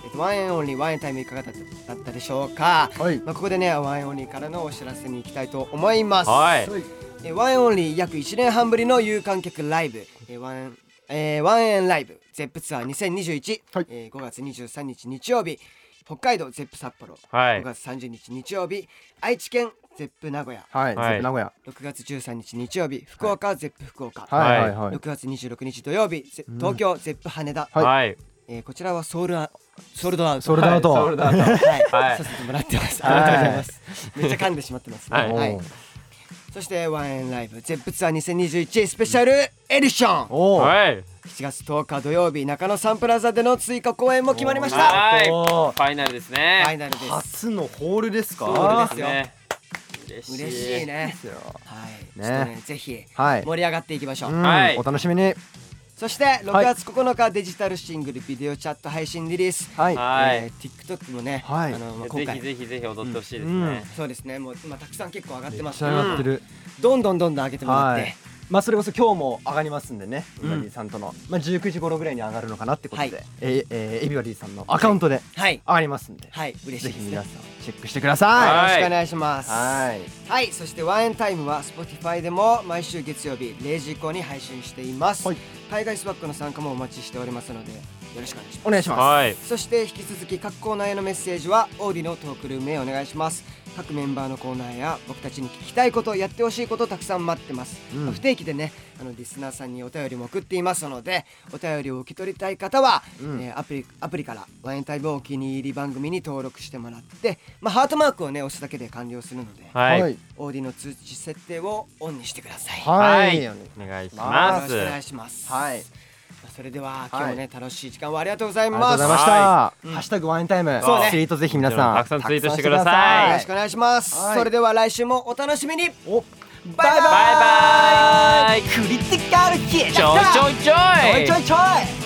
[SPEAKER 3] えっとワンエンオンリーワンエンタイムいかがだっただったでしょうか。
[SPEAKER 2] はい
[SPEAKER 3] まあここでねワンエンオンリーからのお知らせに行きたいと思います。
[SPEAKER 1] はい
[SPEAKER 3] えーワンエンオンリー約1年半ぶりの有観客ライブ、えーワンエンえーワンエンライブゼップツアー2021、
[SPEAKER 2] はい
[SPEAKER 3] えー5月23日日曜日北海道ゼップ札幌、
[SPEAKER 1] は
[SPEAKER 3] 5
[SPEAKER 1] い
[SPEAKER 3] 月30日日曜日愛知県ゼップ名古屋
[SPEAKER 2] はい、
[SPEAKER 1] はい
[SPEAKER 2] 名古屋。
[SPEAKER 3] 6月13日日曜日福岡、ゼップ福岡、
[SPEAKER 2] はい、は
[SPEAKER 1] はい
[SPEAKER 2] い、はい。
[SPEAKER 3] 6月26日土曜日、ゼ東京、ゼップ羽田、
[SPEAKER 2] はい
[SPEAKER 1] はい
[SPEAKER 3] えーこちらはソールアソールドアウト
[SPEAKER 2] ソールドアウト
[SPEAKER 3] はいソールドアウトはい、
[SPEAKER 1] はい
[SPEAKER 3] させてもらってます
[SPEAKER 2] はい
[SPEAKER 3] ありがとうございます、めっちゃ噛んでしまってますね
[SPEAKER 1] はい
[SPEAKER 2] おー
[SPEAKER 3] そしてワンエンライブゼップツアー2021スペシャルエディション7
[SPEAKER 2] おー
[SPEAKER 1] はい
[SPEAKER 3] 月10日土曜日中野サンプラザでの追加公演も決まりましたフ
[SPEAKER 1] はいフ
[SPEAKER 2] おー
[SPEAKER 1] ァイナルですね
[SPEAKER 3] ァイナルです
[SPEAKER 2] 初のホールですか。
[SPEAKER 3] そうですよ
[SPEAKER 1] ね嬉しい
[SPEAKER 3] 嬉しいね
[SPEAKER 2] ですよ
[SPEAKER 3] はい、
[SPEAKER 2] ね
[SPEAKER 3] ちょっとねぜひ
[SPEAKER 2] はい。
[SPEAKER 3] 盛り上がっていきましょう、
[SPEAKER 2] うん
[SPEAKER 1] はい
[SPEAKER 2] お楽しみに。
[SPEAKER 3] そして6月9日デジタルシングルビデオチャット配信リリース、
[SPEAKER 2] はい。
[SPEAKER 1] はい、
[SPEAKER 3] えー TikTok もね、
[SPEAKER 2] はい
[SPEAKER 3] あのまあ、今
[SPEAKER 1] ぜひ
[SPEAKER 3] 回
[SPEAKER 1] ぜひぜひ踊ってほしいですね、
[SPEAKER 2] うん
[SPEAKER 3] そうですねもう、まあ、たくさん結構上がって
[SPEAKER 2] め
[SPEAKER 3] ま
[SPEAKER 2] っ
[SPEAKER 3] す
[SPEAKER 2] ちゃ上がってる。
[SPEAKER 3] どんどんどんどん上げてもらって、
[SPEAKER 2] はいまあそれこそ今日も上がりますんでね、エビバディさんとの、まあ19時頃ぐらいに上がるのかなってことで、
[SPEAKER 3] はい
[SPEAKER 2] ええーエビバディさんのアカウントで
[SPEAKER 3] はい
[SPEAKER 2] 上がりますんで、
[SPEAKER 3] はい嬉し
[SPEAKER 2] ぜ
[SPEAKER 3] いで
[SPEAKER 2] ひ
[SPEAKER 3] すね
[SPEAKER 2] 皆さんチェックしてください。
[SPEAKER 3] よろしくお願いします
[SPEAKER 2] はい。
[SPEAKER 3] はいそしてワンエンタイムは Spotify でも毎週月曜日0時以降に配信しています、
[SPEAKER 2] はい
[SPEAKER 3] 海外スワックの参加もお待ちしておりますのでよろしくお願いします
[SPEAKER 2] お願いします。
[SPEAKER 1] はい
[SPEAKER 3] そして引き続き各コーナーへのメッセージはオーディのトークルームへお願いします各メンバーのコーナーや僕たちに聞きたいことやってほしいことたくさん待ってます、
[SPEAKER 2] うん
[SPEAKER 3] 不定期でねあのリスナーさんにお便りも送っていますのでお便りを受け取りたい方は、
[SPEAKER 2] うん
[SPEAKER 3] えーアプリアプリからワインタイムをお気に入り番組に登録してもらって、まあ、ハートマークをね押すだけで完了するので、
[SPEAKER 1] はい、
[SPEAKER 2] はい。
[SPEAKER 3] オーディの通知設定をオンにしてください
[SPEAKER 2] はい
[SPEAKER 1] はいお願いし
[SPEAKER 3] よ
[SPEAKER 1] ま
[SPEAKER 3] ろし
[SPEAKER 1] す
[SPEAKER 3] くお願いします
[SPEAKER 2] はい
[SPEAKER 3] まあそれでは今日もね、楽しい時間をありがとうござい
[SPEAKER 2] ありがと
[SPEAKER 3] ま
[SPEAKER 2] うご
[SPEAKER 3] す
[SPEAKER 2] ざいました。ハ
[SPEAKER 3] うん
[SPEAKER 2] ッシュタグワインタイム、
[SPEAKER 1] そうね
[SPEAKER 2] ツイートぜひ皆さん
[SPEAKER 1] たくさんツイートしてください
[SPEAKER 2] た
[SPEAKER 3] よ
[SPEAKER 2] くさ
[SPEAKER 3] ろ
[SPEAKER 2] ん
[SPEAKER 3] し
[SPEAKER 2] し
[SPEAKER 3] く
[SPEAKER 2] てく
[SPEAKER 3] お
[SPEAKER 2] ださ
[SPEAKER 3] 願いします、
[SPEAKER 2] はい
[SPEAKER 3] それでは来週もお楽しみに
[SPEAKER 2] いお
[SPEAKER 3] バイバ
[SPEAKER 1] バ
[SPEAKER 3] イ
[SPEAKER 1] イバイ
[SPEAKER 3] クリティカルヒッ
[SPEAKER 1] ちょいちょいちょい
[SPEAKER 3] ちょいちょい